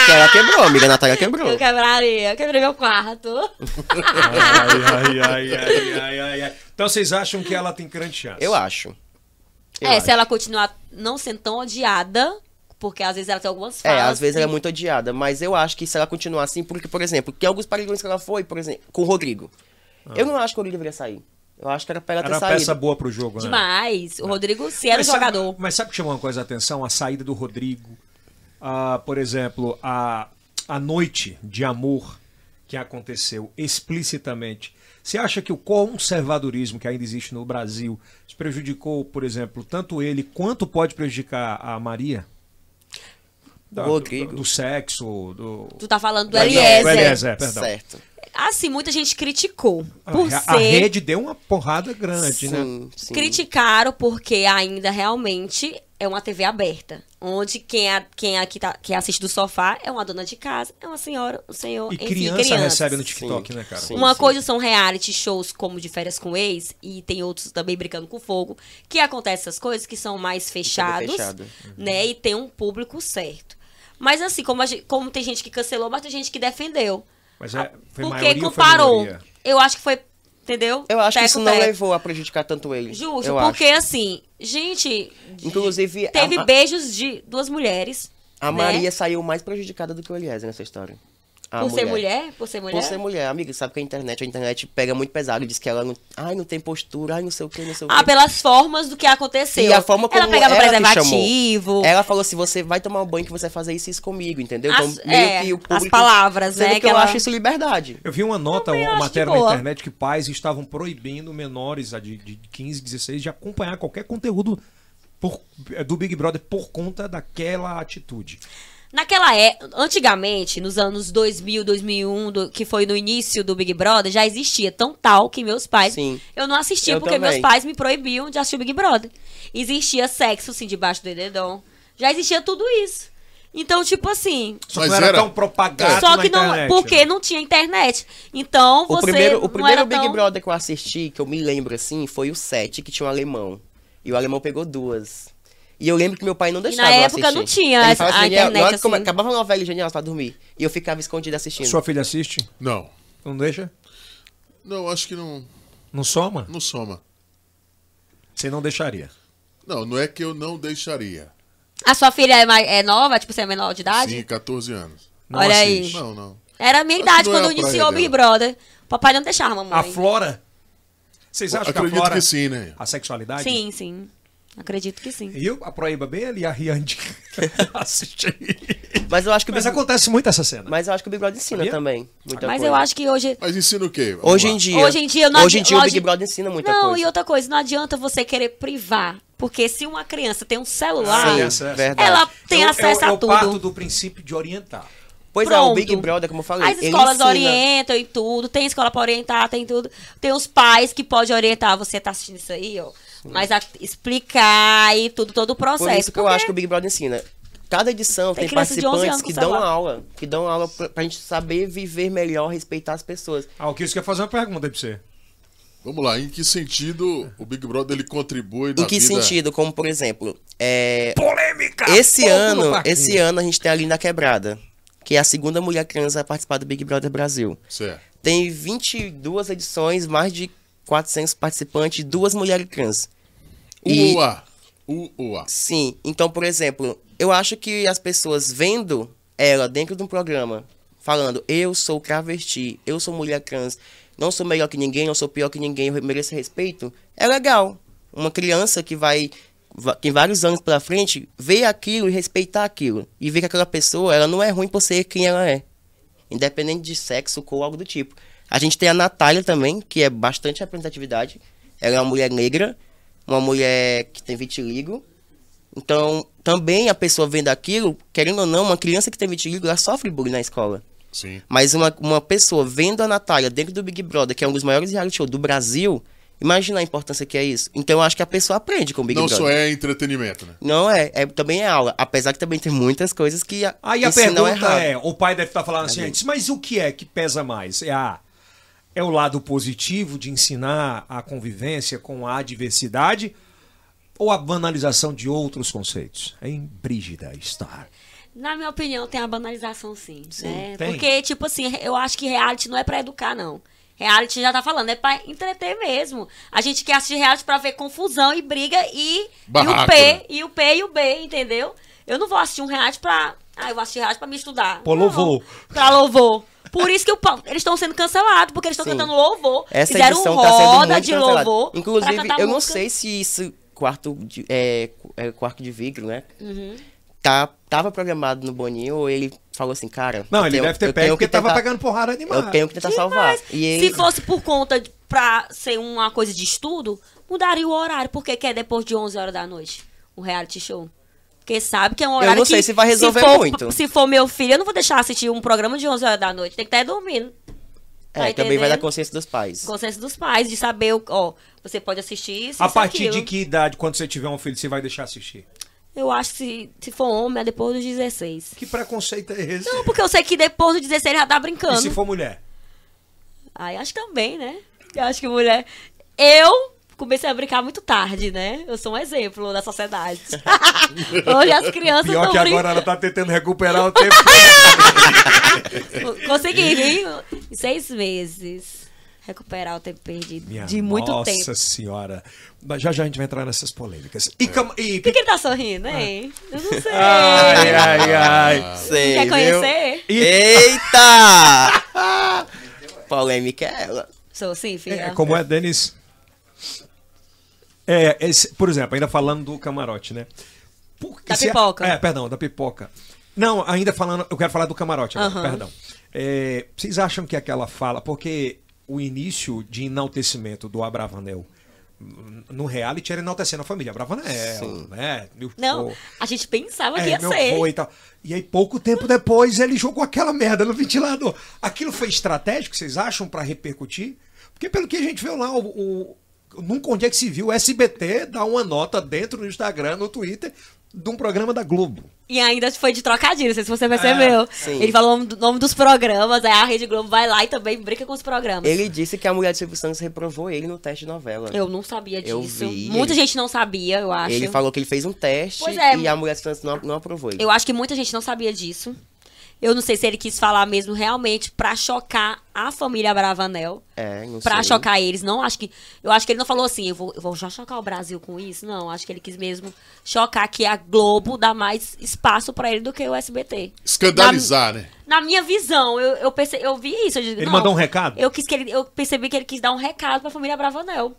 Speaker 5: Que Ela quebrou, amiga. A Natália quebrou.
Speaker 3: Eu quebraria, eu quebrei meu quarto.
Speaker 1: Ai, ai, ai, ai, ai, ai, ai. Então vocês acham que ela tem grande chance?
Speaker 5: Eu acho. Eu
Speaker 3: é,
Speaker 5: acho.
Speaker 3: se ela continuar não sendo tão odiada, porque às vezes ela tem algumas falas.
Speaker 5: É, às vezes ela é muito odiada, mas eu acho que se ela continuar assim, porque, por exemplo, que alguns paredões que ela foi, por exemplo, com o Rodrigo. Eu não acho que o Rodrigo deveria sair. Eu acho que era pra ela ter
Speaker 1: Ah. Era uma
Speaker 5: saído.
Speaker 1: peça boa pro jogo, né?
Speaker 3: Demais. O Rodrigo, se era
Speaker 1: sabe-
Speaker 3: jogador.
Speaker 1: mas sabe o que chamou uma coisa a atenção? A saída do Rodrigo. Ah, por exemplo, a, a noite de amor que aconteceu explicitamente. Você acha que o conservadorismo que ainda existe no Brasil prejudicou, por exemplo, tanto ele quanto pode prejudicar a Maria? Da- do-
Speaker 5: Rodrigo.
Speaker 1: Do, do sexo, do.
Speaker 3: Tu tá falando do
Speaker 1: Não,
Speaker 3: Eliezer.
Speaker 1: do Eliezer, perdão.
Speaker 5: Certo.
Speaker 3: Assim, muita gente criticou. Por
Speaker 1: Ah, a,
Speaker 3: ser.
Speaker 1: a rede deu uma porrada grande, né?
Speaker 5: Sim, sim.
Speaker 3: Criticaram porque ainda realmente é uma TV aberta. Onde quem, a, quem, aqui tá, quem assiste do sofá é uma dona de casa, é uma senhora, um senhor,
Speaker 1: E
Speaker 3: enfim,
Speaker 1: criança
Speaker 3: crianças.
Speaker 1: recebe no TikTok, né, cara?
Speaker 5: Sim.
Speaker 3: Uma coisa são reality shows como de férias com ex e tem outros também brincando com fogo, que acontece essas coisas que são mais fechados,
Speaker 5: fechado. Uhum.
Speaker 3: né? E tem um público certo. Mas assim, como, a gente- como tem gente que cancelou, mas tem gente que defendeu.
Speaker 1: Mas
Speaker 3: Ah,
Speaker 1: é, foi
Speaker 3: Porque
Speaker 1: maioria ou foi
Speaker 3: comparou.
Speaker 1: minoria?
Speaker 3: Eu acho que foi, entendeu?
Speaker 5: Eu acho que isso não
Speaker 3: Teco-teco.
Speaker 5: levou a prejudicar tanto ele.
Speaker 3: Justo,
Speaker 5: eu
Speaker 3: porque
Speaker 5: acho.
Speaker 3: assim, gente,
Speaker 5: Inclusive, a-
Speaker 3: teve
Speaker 5: a-
Speaker 3: beijos de duas mulheres.
Speaker 5: A
Speaker 3: né?
Speaker 5: Maria é saiu mais prejudicada do que o Eliezer nessa história. A
Speaker 3: por ser mulher, por ser mulher.
Speaker 5: Por ser mulher, amiga, sabe que a internet, a internet pega muito pesado, diz que ela não, ai, não tem postura, ai, não sei o que, não sei o que.
Speaker 3: Ah, pelas formas do que aconteceu.
Speaker 5: E a forma como
Speaker 3: ela pegava
Speaker 5: ela que
Speaker 3: preservativo.
Speaker 5: chamou. Ela falou assim, você vai tomar um banho que você vai fazer isso e isso comigo, entendeu? Então,
Speaker 3: As- é, as palavras,
Speaker 5: sendo
Speaker 3: né,
Speaker 5: que
Speaker 3: que
Speaker 5: eu
Speaker 3: ela-
Speaker 5: acho isso liberdade.
Speaker 1: Eu vi uma nota,
Speaker 3: Também
Speaker 1: uma
Speaker 3: acho
Speaker 1: matéria na
Speaker 3: de boa.
Speaker 1: internet que pais estavam proibindo menores a de, de 15, 16 de acompanhar qualquer conteúdo por- eh, do Big Brother por conta daquela atitude.
Speaker 3: Naquela é, antigamente, nos anos 2000, 2001, do- que foi no início do Big Brother, já existia tão tal que meus pais
Speaker 5: Sim.
Speaker 3: eu não assistia
Speaker 5: Eu
Speaker 3: porque
Speaker 5: também.
Speaker 3: meus pais me proibiam de assistir o Big Brother. Existia sexo sim debaixo do edredom. Já existia tudo isso. Então, tipo assim,
Speaker 1: Só
Speaker 2: Mas
Speaker 1: que não era
Speaker 2: era-
Speaker 1: tão propagado
Speaker 3: É. só
Speaker 1: na
Speaker 3: que não,
Speaker 1: internet,
Speaker 3: porque
Speaker 1: né?
Speaker 3: não tinha internet. Então,
Speaker 5: O
Speaker 3: você
Speaker 5: primeiro, o primeiro
Speaker 3: não era
Speaker 5: Big
Speaker 3: tão...
Speaker 5: Brother que eu assisti, que eu me lembro assim, foi o 7, que tinha um alemão. E o alemão pegou duas. E eu lembro que meu pai não deixava eu
Speaker 3: época
Speaker 5: assistir.
Speaker 3: não tinha
Speaker 5: Ele
Speaker 3: essa-
Speaker 5: falava
Speaker 3: a
Speaker 5: "Genial",
Speaker 3: internet,
Speaker 5: na hora que come-
Speaker 3: assim.
Speaker 5: Acabava a novela, é genial, pra dormir. E eu ficava escondido assistindo.
Speaker 1: Sua filha assiste?
Speaker 2: Não.
Speaker 1: né? Não deixa?
Speaker 2: Não, acho que não,
Speaker 1: Não soma?
Speaker 2: não soma.
Speaker 1: Você não deixaria.
Speaker 2: Não, não é que eu não deixaria.
Speaker 3: A sua filha é, mai- é nova, tipo, você é menor de idade?
Speaker 2: Sim, 14 anos.
Speaker 1: Não
Speaker 3: Olha
Speaker 1: assiste.
Speaker 2: Não, não.
Speaker 3: Era a minha
Speaker 2: Acho que
Speaker 3: idade
Speaker 2: não era
Speaker 3: quando
Speaker 2: a praia
Speaker 3: iniciou o Big
Speaker 2: dela.
Speaker 3: Brother. Papai não deixava, mamãe.
Speaker 1: A Flora? Vocês acham que a
Speaker 2: Acredito
Speaker 1: Flora...
Speaker 2: que sim, né?
Speaker 1: A sexualidade?
Speaker 3: Sim, sim. Acredito que sim.
Speaker 1: E eu, a Proíba Bela e a Riande assistir.
Speaker 5: Mas eu acho que o
Speaker 1: Mas
Speaker 5: Big,
Speaker 1: acontece muito essa cena.
Speaker 5: mas eu acho que o Big Brother ensina
Speaker 1: Sabia?
Speaker 5: também. Muita
Speaker 3: Mas
Speaker 5: coisa.
Speaker 3: eu acho que hoje.
Speaker 2: Mas ensina o quê? Vamos
Speaker 5: Hoje
Speaker 2: lá.
Speaker 5: em dia.
Speaker 3: Hoje em dia não
Speaker 5: Hoje em
Speaker 3: adi-
Speaker 5: dia o
Speaker 3: hoje-
Speaker 5: Big Brother ensina muita
Speaker 3: não,
Speaker 5: coisa.
Speaker 3: e outra coisa, não adianta você querer privar. Porque se uma criança tem um celular,
Speaker 5: Sim,
Speaker 1: essa- é
Speaker 5: verdade.
Speaker 3: ela tem
Speaker 1: Eu-
Speaker 3: acesso
Speaker 1: eu, eu
Speaker 3: a tudo.
Speaker 1: parto do princípio de orientar.
Speaker 5: Pois é,
Speaker 3: Pronto.
Speaker 5: o Big Brother, como eu falei,
Speaker 3: As
Speaker 5: ele
Speaker 3: escolas
Speaker 5: ensina.
Speaker 3: orientam e tudo, tem escola pra orientar, tem tudo. Tem os pais que podem orientar, você tá assistindo isso aí, ó. Mas a- explicar e tudo, todo o processo.
Speaker 5: Por isso que eu
Speaker 3: é porque
Speaker 5: acho que o Big Brother ensina. Cada edição
Speaker 3: Tem
Speaker 5: tem,
Speaker 3: criança de 11
Speaker 5: participantes
Speaker 3: anos com
Speaker 5: que dão
Speaker 3: celular.
Speaker 5: aula. Que dão aula pra, pra gente saber viver melhor, respeitar as pessoas.
Speaker 1: Ah, o Kiss quer fazer uma pergunta pra você.
Speaker 2: Vamos lá, em que sentido o Big Brother ele contribui na
Speaker 5: em que
Speaker 2: vida?
Speaker 5: sentido? Como, por exemplo, é,
Speaker 1: Polêmica! Ah,
Speaker 5: esse
Speaker 1: Fogo no
Speaker 5: ano,
Speaker 1: parquinho.
Speaker 5: esse ano a gente tem a Linda Quebrada, que é a segunda mulher trans a participar do Big Brother Brasil.
Speaker 2: Certo.
Speaker 5: Tem 22 edições, mais de 400 participantes, duas mulheres trans. E-
Speaker 2: UA. UA.
Speaker 5: Sim. Então, por exemplo, eu acho que as pessoas vendo ela dentro de um programa, falando, eu sou travesti, eu sou mulher trans, não sou melhor que ninguém, não sou pior que ninguém, eu mereço respeito, é legal. Uma criança que vai, va- tem vários anos pela frente, ver aquilo e respeitar aquilo. E ver que aquela pessoa, ela não é ruim por ser quem ela é. Independente de sexo, cor, algo do tipo. A gente tem a Natália também, que é bastante representatividade. Ela é uma mulher negra, uma mulher que tem vitiligo. Então, também a pessoa vendo aquilo, querendo ou não, uma criança que tem vitiligo, ela sofre bullying na escola.
Speaker 2: Sim.
Speaker 5: Mas uma, uma pessoa vendo a Natália dentro do Big Brother, que é um dos maiores reality shows do Brasil, imagina a importância que é isso. Então eu acho que a pessoa aprende com o Big
Speaker 2: Não
Speaker 5: Brother.
Speaker 2: só é entretenimento, né?
Speaker 5: Não é, é- também é aula. Apesar que também tem muitas coisas que a-
Speaker 1: Aí a
Speaker 5: ensinam
Speaker 1: pergunta
Speaker 5: errado.
Speaker 1: é, o pai deve estar falando assim,
Speaker 5: Cadê?
Speaker 1: gente, mas o que é que pesa mais? É a é o lado positivo de ensinar a convivência com a adversidade ou a banalização de outros conceitos? Em Brígida Star.
Speaker 3: Na minha opinião, tem a banalização, sim. né?
Speaker 1: tem.
Speaker 3: Porque, tipo assim, eu acho que reality não é pra educar, não. Reality já tá falando, é pra entreter mesmo. A gente quer assistir reality pra ver confusão e briga e, e o
Speaker 2: Barraco,
Speaker 3: P,
Speaker 2: né?
Speaker 3: e o P e o B, entendeu? Eu não vou assistir um reality pra. Ah, eu vou assistir reality pra me estudar.
Speaker 1: Pô,
Speaker 3: Não.
Speaker 1: louvor.
Speaker 3: Pra louvor. Por isso que o pau- eles estão sendo cancelados, porque eles estão
Speaker 5: Sim.
Speaker 3: cantando louvor.
Speaker 5: Essa
Speaker 3: Fizeram
Speaker 5: edição
Speaker 3: roda
Speaker 5: tá sendo muito
Speaker 3: de
Speaker 5: cancelada.
Speaker 3: louvor. pra
Speaker 5: Inclusive,
Speaker 3: cantar
Speaker 5: eu não
Speaker 3: música.
Speaker 5: sei se isso quarto de, é, cu- é, quarto de vidro, né?
Speaker 3: Uhum.
Speaker 5: Tá, tava programado no Boninho ou ele falou assim, cara.
Speaker 1: Não,
Speaker 5: eu
Speaker 1: ele
Speaker 5: tenho-
Speaker 1: deve ter
Speaker 5: eu
Speaker 1: pego
Speaker 5: tenho
Speaker 1: porque
Speaker 5: que tentar-
Speaker 1: tava pegando porrada animada.
Speaker 5: Eu tenho que tentar salvar.
Speaker 3: Demais.
Speaker 5: E ele,
Speaker 3: Se fosse por conta de, pra ser uma coisa de estudo, mudaria o horário. Porque que é depois de 11 horas da noite o reality show? Porque sabe que é um horário
Speaker 5: não sei
Speaker 3: que,
Speaker 5: se vai resolver
Speaker 3: for-
Speaker 5: muito.
Speaker 3: Se for meu filho, eu não vou deixar assistir um programa de 11 horas da noite. Tem que estar
Speaker 5: é,
Speaker 3: dormindo. tá
Speaker 5: também vai
Speaker 3: entendendo?
Speaker 5: dar consciência dos pais.
Speaker 3: Consenso dos pais, de saber, o- ó, você pode assistir isso
Speaker 1: A
Speaker 3: isso,
Speaker 1: partir de
Speaker 3: aquilo.
Speaker 1: que idade, quando você tiver um filho, você vai deixar assistir?
Speaker 3: Eu acho que se, se for homem, é depois dos 16.
Speaker 1: Que preconceito é esse?
Speaker 3: Não, porque eu sei que depois dos 16 já tá brincando.
Speaker 1: e se for mulher?
Speaker 3: Aí acho que também, né? Eu acho que mulher. Eu comecei a brincar muito tarde, né? Eu sou um exemplo da sociedade. Hoje as crianças
Speaker 1: Pior
Speaker 3: estão
Speaker 1: que agora
Speaker 3: brincando.
Speaker 1: ela tá tentando recuperar o tempo. tá-
Speaker 3: Consegui, viu? Em Seis meses. Recuperar o tempo perdido.
Speaker 1: Minha
Speaker 3: de muito
Speaker 1: nossa
Speaker 3: tempo.
Speaker 1: senhora. Mas Já já a gente vai entrar nessas polêmicas. E, cam- e
Speaker 3: Por que, que ele tá sorrindo, hein? Eu não sei.
Speaker 1: Ah. Ai, é. ai, ai.
Speaker 5: Sei,
Speaker 3: Quer
Speaker 5: viu?
Speaker 3: conhecer?
Speaker 5: Eita! Polêmica é ela.
Speaker 3: Sou sim, filha.
Speaker 1: É, como é, Denis? É, esse- por exemplo, ainda falando do camarote, né? Por que
Speaker 3: Da
Speaker 1: se-
Speaker 3: pipoca.
Speaker 1: É, perdão, da pipoca. Não, ainda falando, eu quero falar do camarote agora,
Speaker 3: Aham.
Speaker 1: perdão. É, vocês acham que aquela fala, porque o início de enaltecimento do Abravanel hum, no reality era enaltecendo a família. Abravanel, né? Meu
Speaker 3: Não,
Speaker 1: vô.
Speaker 3: a gente pensava que
Speaker 1: É,
Speaker 3: ia
Speaker 1: meu
Speaker 3: ser.
Speaker 1: vô e tal. E aí, pouco tempo depois, ele jogou aquela merda no ventilador. Aquilo foi estratégico, vocês acham, pra repercutir? Porque pelo que a gente viu lá, o, o, nunca onde é que se viu o SBT dar uma nota dentro do Instagram, no Twitter, de um programa da Globo.
Speaker 3: E ainda foi de trocadilho, não sei se você
Speaker 1: Ah,
Speaker 3: percebeu.
Speaker 5: sim.
Speaker 3: ele falou o nome do- nome dos programas, aí a Rede Globo vai lá e também brinca com os programas.
Speaker 5: Ele disse que a mulher de Silvio Santos reprovou ele no teste de novela.
Speaker 3: Eu não sabia
Speaker 5: Eu
Speaker 3: disso.
Speaker 5: vi.
Speaker 3: Muita gente não sabia, eu acho.
Speaker 5: Ele falou que ele fez um teste
Speaker 3: Pois é.
Speaker 5: e a mulher de Silvio Santos não, não aprovou ele.
Speaker 3: Eu acho que muita gente não sabia disso. Eu não sei se ele quis falar mesmo realmente pra chocar a família Bravanel.
Speaker 5: É, não
Speaker 3: Pra
Speaker 5: sei.
Speaker 3: chocar eles. Não acho que. Eu acho que ele não falou assim, eu vou, eu vou já chocar o Brasil com isso. Não, acho que ele quis mesmo chocar que a Globo dá mais espaço pra ele do que o SBT.
Speaker 2: Escandalizar, né?
Speaker 3: Na minha visão, eu, eu, perce- eu vi isso. Eu digo,
Speaker 1: Ele
Speaker 3: não,
Speaker 1: mandou um recado?
Speaker 3: Eu, quis que ele, eu percebi que ele quis dar um recado pra família Bravanel.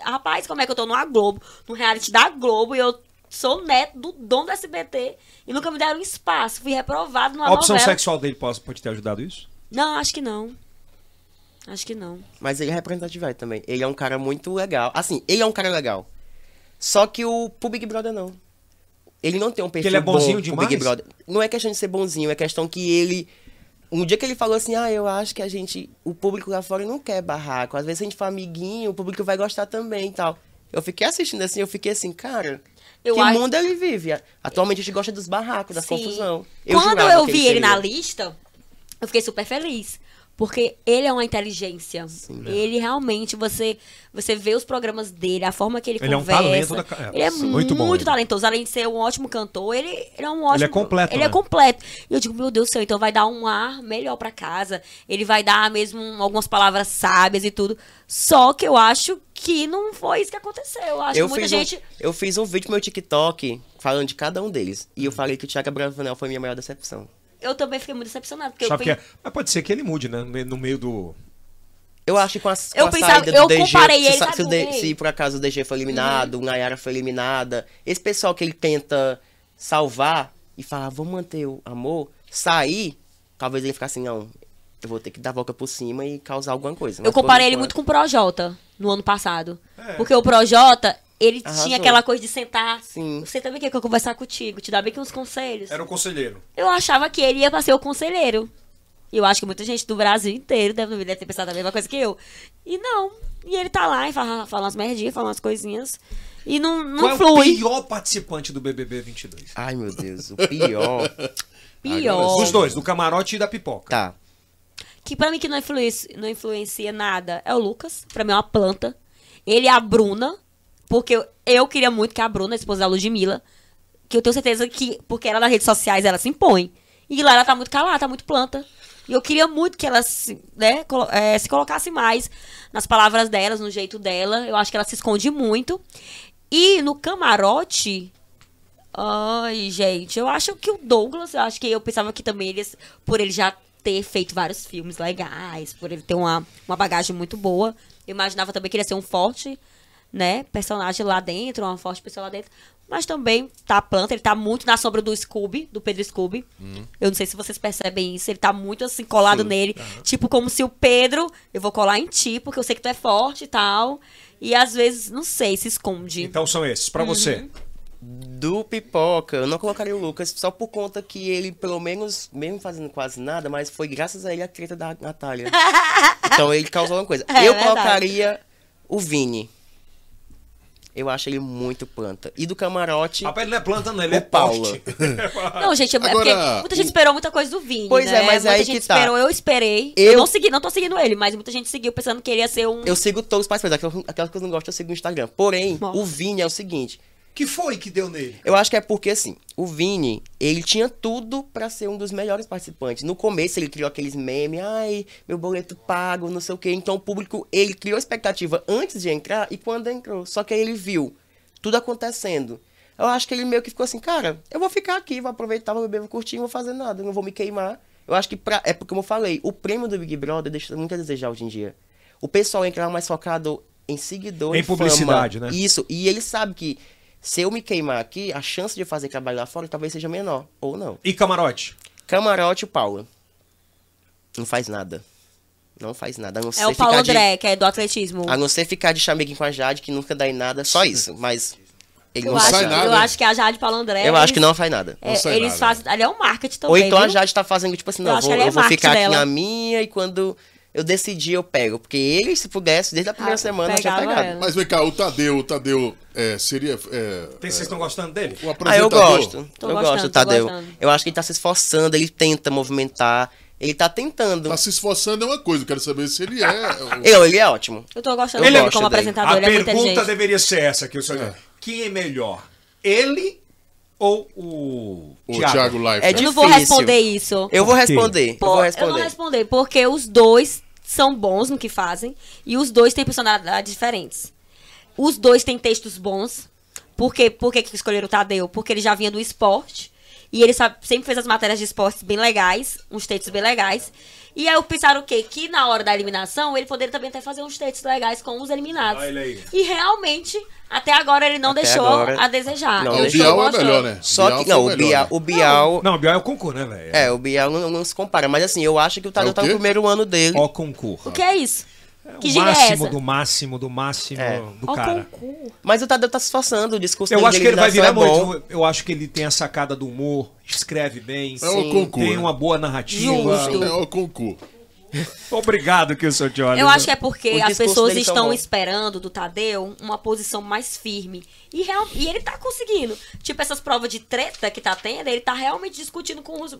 Speaker 3: Rapaz, como é que eu tô numa Globo, no reality da Globo, e eu sou neto do dono do SBT e nunca me deram espaço. Fui reprovado numa
Speaker 1: a opção
Speaker 3: novela.
Speaker 1: sexual dele pode, pode ter ajudado isso?
Speaker 3: Não, acho que não. Acho que não.
Speaker 5: Mas ele é representatividade também. Ele é um cara muito legal. Assim, ele é um cara legal. Só que o pro Big Brother não. Ele não tem um perfil
Speaker 1: ele é bonzinho
Speaker 5: bom pro
Speaker 1: demais?
Speaker 5: Big Brother. Não é questão de ser bonzinho, é questão que ele. Um dia que ele falou assim, ah, eu acho que a gente. O público lá fora não quer barraco. Às vezes se a gente for amiguinho, o público vai gostar também e tal. Eu fiquei assistindo assim, eu fiquei assim, cara.
Speaker 3: Eu
Speaker 5: que
Speaker 3: acho-
Speaker 5: mundo ele vive? Atualmente a gente gosta dos barracos, da
Speaker 3: Sim.
Speaker 5: confusão.
Speaker 3: Quando
Speaker 5: jurava
Speaker 3: eu
Speaker 5: que
Speaker 3: vi ele
Speaker 5: seria.
Speaker 3: na lista, eu fiquei super feliz. Porque ele é uma inteligência.
Speaker 5: né?
Speaker 3: ele realmente, você você vê os programas dele, a forma que ele,
Speaker 1: Ele é um
Speaker 3: conversa.
Speaker 1: talento da ca-
Speaker 3: Ele é
Speaker 1: muito
Speaker 3: muito,
Speaker 1: bom, ele.
Speaker 3: talentoso. Além de ser um ótimo cantor, ele, ele é um ótimo.
Speaker 1: Ele é completo,
Speaker 3: Ele
Speaker 1: né?
Speaker 3: é completo. E eu digo, meu Deus do céu, então vai dar um ar melhor pra casa. Ele vai dar mesmo algumas palavras sábias e tudo. Só que eu acho que não foi isso que aconteceu. Eu acho que muita
Speaker 5: fiz
Speaker 3: gente.
Speaker 5: Um, eu fiz um vídeo pro meu TikTok falando de cada um deles. E eu falei que o Thiago Bravanel foi minha maior decepção.
Speaker 3: Eu também fiquei muito decepcionada. Porque
Speaker 1: Sabe
Speaker 3: eu
Speaker 1: que
Speaker 3: fui...
Speaker 1: é? Mas pode ser que ele mude, né? No meio- No meio do.
Speaker 5: Eu acho que com, as, com
Speaker 3: Eu
Speaker 5: a
Speaker 3: pensava-
Speaker 5: saída do
Speaker 3: eu
Speaker 5: DG...
Speaker 3: comparei
Speaker 5: se,
Speaker 3: ele,
Speaker 5: sa-
Speaker 3: sabe
Speaker 5: se, o
Speaker 3: com
Speaker 5: D-
Speaker 3: quem?
Speaker 5: se por acaso o DG foi
Speaker 3: Uhum.
Speaker 5: eliminado, o Nayara foi eliminada. Esse pessoal que ele tenta salvar e falar, vamos manter o amor, sair, talvez ele ficasse assim, não, eu vou ter que dar a volta por cima e causar alguma coisa.
Speaker 3: Eu
Speaker 5: Mas por
Speaker 3: comparei ele
Speaker 5: enquanto-
Speaker 3: muito com o Projota no ano passado.
Speaker 1: É.
Speaker 3: Porque o Projota, ele
Speaker 5: Arrasou.
Speaker 3: tinha aquela coisa de sentar.
Speaker 5: Sim.
Speaker 3: Você também quer que eu conversar contigo, te dar bem que uns conselheiro.
Speaker 1: o conselheiro.
Speaker 3: Eu achava que ele ia pra ser o conselheiro. E eu acho que muita gente do Brasil inteiro deve, deve ter pensado a mesma coisa que eu. E não. E ele tá lá e fala, fala umas merdinhas, fala umas coisinhas. E não, não
Speaker 1: Qual é o
Speaker 3: flui.
Speaker 1: pior participante do BBB 22?
Speaker 5: Ai, meu Deus, o pior.
Speaker 3: pior.
Speaker 1: Dos dois, do camarote e da pipoca.
Speaker 5: tá.
Speaker 3: Que pra mim que não influencia, não influencia nada é o Lucas. Pra mim é uma planta. Ele é a Bruna. Porque eu, eu queria muito que a Bruna, a esposa da Ludmilla, que eu tenho certeza que, porque ela nas redes sociais, ela se impõe. E lá ela tá muito calada, tá muito planta. E eu queria muito que ela se, né, colo- eh, se colocasse mais nas palavras delas, no jeito dela. Eu acho que ela se esconde muito. E no camarote, Ai, gente, eu acho que o Douglas, eu acho que eu pensava que também ele, por ele já ter feito vários filmes legais, por ele ter uma, uma bagagem muito boa, eu imaginava também que ele ia ser um forte, né, personagem lá dentro, uma forte pessoa lá dentro, mas também tá planta, ele tá muito na sombra do Scooby, do Pedro Scooby, eu não sei se vocês percebem isso, ele tá muito assim, colado nele, tipo como se o Pedro, eu vou colar em ti, porque eu sei que tu é forte e tal, e às vezes, não sei, se esconde.
Speaker 1: Então são esses.
Speaker 3: Uhum.
Speaker 1: Pra você.
Speaker 5: Do pipoca, eu não colocaria o Lucas só por conta que ele, pelo menos, mesmo fazendo quase nada, mas foi graças a ele a treta da Natália. então ele causou alguma coisa.
Speaker 3: É
Speaker 5: eu
Speaker 3: verdade.
Speaker 5: colocaria o Vini. Eu acho ele muito planta. E do camarote.
Speaker 1: Rapaz, ele não é planta, não, ele
Speaker 5: O
Speaker 1: é poste.
Speaker 3: Não, gente, é
Speaker 2: Agora,
Speaker 3: porque muita gente esperou muita coisa do Vini,
Speaker 5: Pois é,
Speaker 3: né?
Speaker 5: mas
Speaker 3: muita
Speaker 5: aí
Speaker 3: gente
Speaker 5: que tá.
Speaker 3: esperou, eu esperei. Eu...
Speaker 5: Eu-
Speaker 3: não segui, não tô seguindo ele, mas muita gente seguiu pensando que ele ia ser um
Speaker 5: Eu sigo todos os participantes. Aquelas, aquelas que eu não gosto, eu sigo no Instagram. Porém,
Speaker 3: Nossa.
Speaker 5: o Vini é o seguinte.
Speaker 1: que foi que deu nele?
Speaker 5: Eu acho que é porque, assim, o Vini, ele tinha tudo pra ser um dos melhores participantes. No começo, ele criou aqueles memes, ai, meu boleto pago, não sei o quê. Então, o público, ele criou expectativa antes de entrar e quando entrou. Só que aí ele viu tudo acontecendo. Eu acho que ele meio que ficou assim, cara, eu vou ficar aqui, vou aproveitar, vou beber, vou curtir, não vou fazer nada, não vou me queimar. Eu acho que, pra, é porque, como eu falei, o prêmio do Big Brother deixa muito a desejar hoje em dia. O pessoal entra lá mais focado em seguidores,
Speaker 1: Em publicidade, né?
Speaker 5: isso, e ele sabe que se eu me queimar aqui, a chance de eu fazer trabalho lá fora talvez seja menor, ou não.
Speaker 1: E camarote?
Speaker 5: Camarote, o Paulo. Não faz nada. Não faz nada. A não
Speaker 3: é
Speaker 5: ser
Speaker 3: o Paulo
Speaker 5: ficar de, Ah,
Speaker 3: André, que é do atletismo.
Speaker 5: A não ser ficar de chameguinho com a Jade, que nunca dá em nada, só isso. Mas ele
Speaker 3: Eu
Speaker 5: não
Speaker 3: acho,
Speaker 5: faz
Speaker 2: sai
Speaker 5: nada.
Speaker 2: nada.
Speaker 3: eu acho que é a Jade e Paulo André.
Speaker 5: Eu acho que
Speaker 3: eles-
Speaker 5: não faz nada.
Speaker 3: é,
Speaker 2: Não sai nada.
Speaker 3: eles fazem. Ali é um marketing também.
Speaker 5: Ou então
Speaker 3: viu?
Speaker 5: a Jade tá fazendo, tipo assim,
Speaker 3: Eu
Speaker 5: não, eu
Speaker 3: acho
Speaker 5: vou,
Speaker 3: que ela é
Speaker 5: eu vou ficar
Speaker 3: marketing
Speaker 5: aqui na
Speaker 3: dela.
Speaker 5: minha e quando eu decidir eu pego. Porque ele, se pudesse, desde a primeira
Speaker 3: Ah,
Speaker 5: semana, eu tinha
Speaker 3: pegava
Speaker 5: pegado.
Speaker 3: ela.
Speaker 2: Mas vem cá, o Tadeu, o Tadeu é, seria é,
Speaker 1: Tem, vocês estão gostando dele?
Speaker 2: o
Speaker 5: Ah, eu
Speaker 2: apresentador.
Speaker 5: gosto.
Speaker 3: Tô
Speaker 5: eu
Speaker 3: gostando,
Speaker 5: gosto,
Speaker 3: tô
Speaker 5: Tadeu.
Speaker 3: gostando.
Speaker 5: Eu acho que ele tá se esforçando, ele tenta movimentar. Ele tá tentando.
Speaker 2: Tá se esforçando é uma coisa, eu quero saber se ele é.
Speaker 5: Eu, ele é ótimo.
Speaker 3: Eu tô gostando
Speaker 5: Eu
Speaker 3: dele
Speaker 5: gosto
Speaker 3: como
Speaker 5: dele.
Speaker 3: apresentador,
Speaker 1: a
Speaker 3: ele é muito
Speaker 1: pergunta
Speaker 3: inteligente.
Speaker 1: deveria ser essa que o senhor. Quem é melhor? Ele ou o,
Speaker 2: o, o Thiago
Speaker 5: É
Speaker 2: Leifert.
Speaker 3: Eu
Speaker 5: de-
Speaker 3: não vou
Speaker 5: Difícil.
Speaker 3: responder isso.
Speaker 5: Eu vou
Speaker 1: Por quê?
Speaker 5: responder.
Speaker 3: Pô,
Speaker 5: eu vou
Speaker 3: eu não
Speaker 5: responder.
Speaker 3: responder, porque os dois são bons no que fazem e os dois têm personalidades diferentes. Os dois têm textos bons. Por quê? Por que, que escolheram o Tadeu? Porque ele já vinha do esporte e ele sabe- sempre fez as matérias de esportes bem legais, uns textos bem legais. E aí eu pensaram o quê? Que na hora da eliminação ele poderia também até fazer uns textos legais com os eliminados.
Speaker 1: Olha ele aí.
Speaker 3: E realmente, até agora ele não
Speaker 5: Até
Speaker 3: deixou
Speaker 5: agora-
Speaker 3: a desejar.
Speaker 5: Não,
Speaker 2: Ah, o
Speaker 5: deixa eu
Speaker 2: Bial é
Speaker 3: gostando.
Speaker 2: melhor, né?
Speaker 5: Só que.
Speaker 2: foi
Speaker 5: Não,
Speaker 2: o
Speaker 5: o
Speaker 2: melhor,
Speaker 5: Bial.
Speaker 2: né?
Speaker 5: O Bial
Speaker 1: Não, o Biel é o concurso, né, velho?
Speaker 5: é, o Bial não, não se compara. Mas assim, eu acho que o Tadeu
Speaker 2: É o
Speaker 5: tá no
Speaker 2: quê?
Speaker 5: primeiro ano dele.
Speaker 1: Ó concurso.
Speaker 3: O que é isso? Que
Speaker 1: o
Speaker 3: gíria é
Speaker 1: máximo
Speaker 3: essa?
Speaker 1: do máximo do máximo
Speaker 5: É.
Speaker 1: do
Speaker 3: Ó,
Speaker 1: cara.
Speaker 3: concurso.
Speaker 5: Mas o Tadeu tá se esforçando. O discurso
Speaker 1: Eu
Speaker 5: dele
Speaker 1: acho
Speaker 5: de
Speaker 1: que ele vai virar
Speaker 5: eliminação é bom.
Speaker 1: muito. Eu acho que ele tem a sacada do humor, escreve bem,
Speaker 2: É o concurso.
Speaker 1: tem uma boa narrativa.
Speaker 3: Justo.
Speaker 2: É o concurso.
Speaker 1: Obrigado, que o senhor Johnny.
Speaker 3: Eu acho que é porque
Speaker 5: Os
Speaker 3: as
Speaker 5: discursos
Speaker 3: pessoas
Speaker 5: dele tá são
Speaker 3: estão
Speaker 5: bons.
Speaker 3: esperando do Tadeu uma posição mais firme. E, real- e ele tá conseguindo. Tipo, essas provas de treta que tá tendo, ele tá realmente discutindo com os.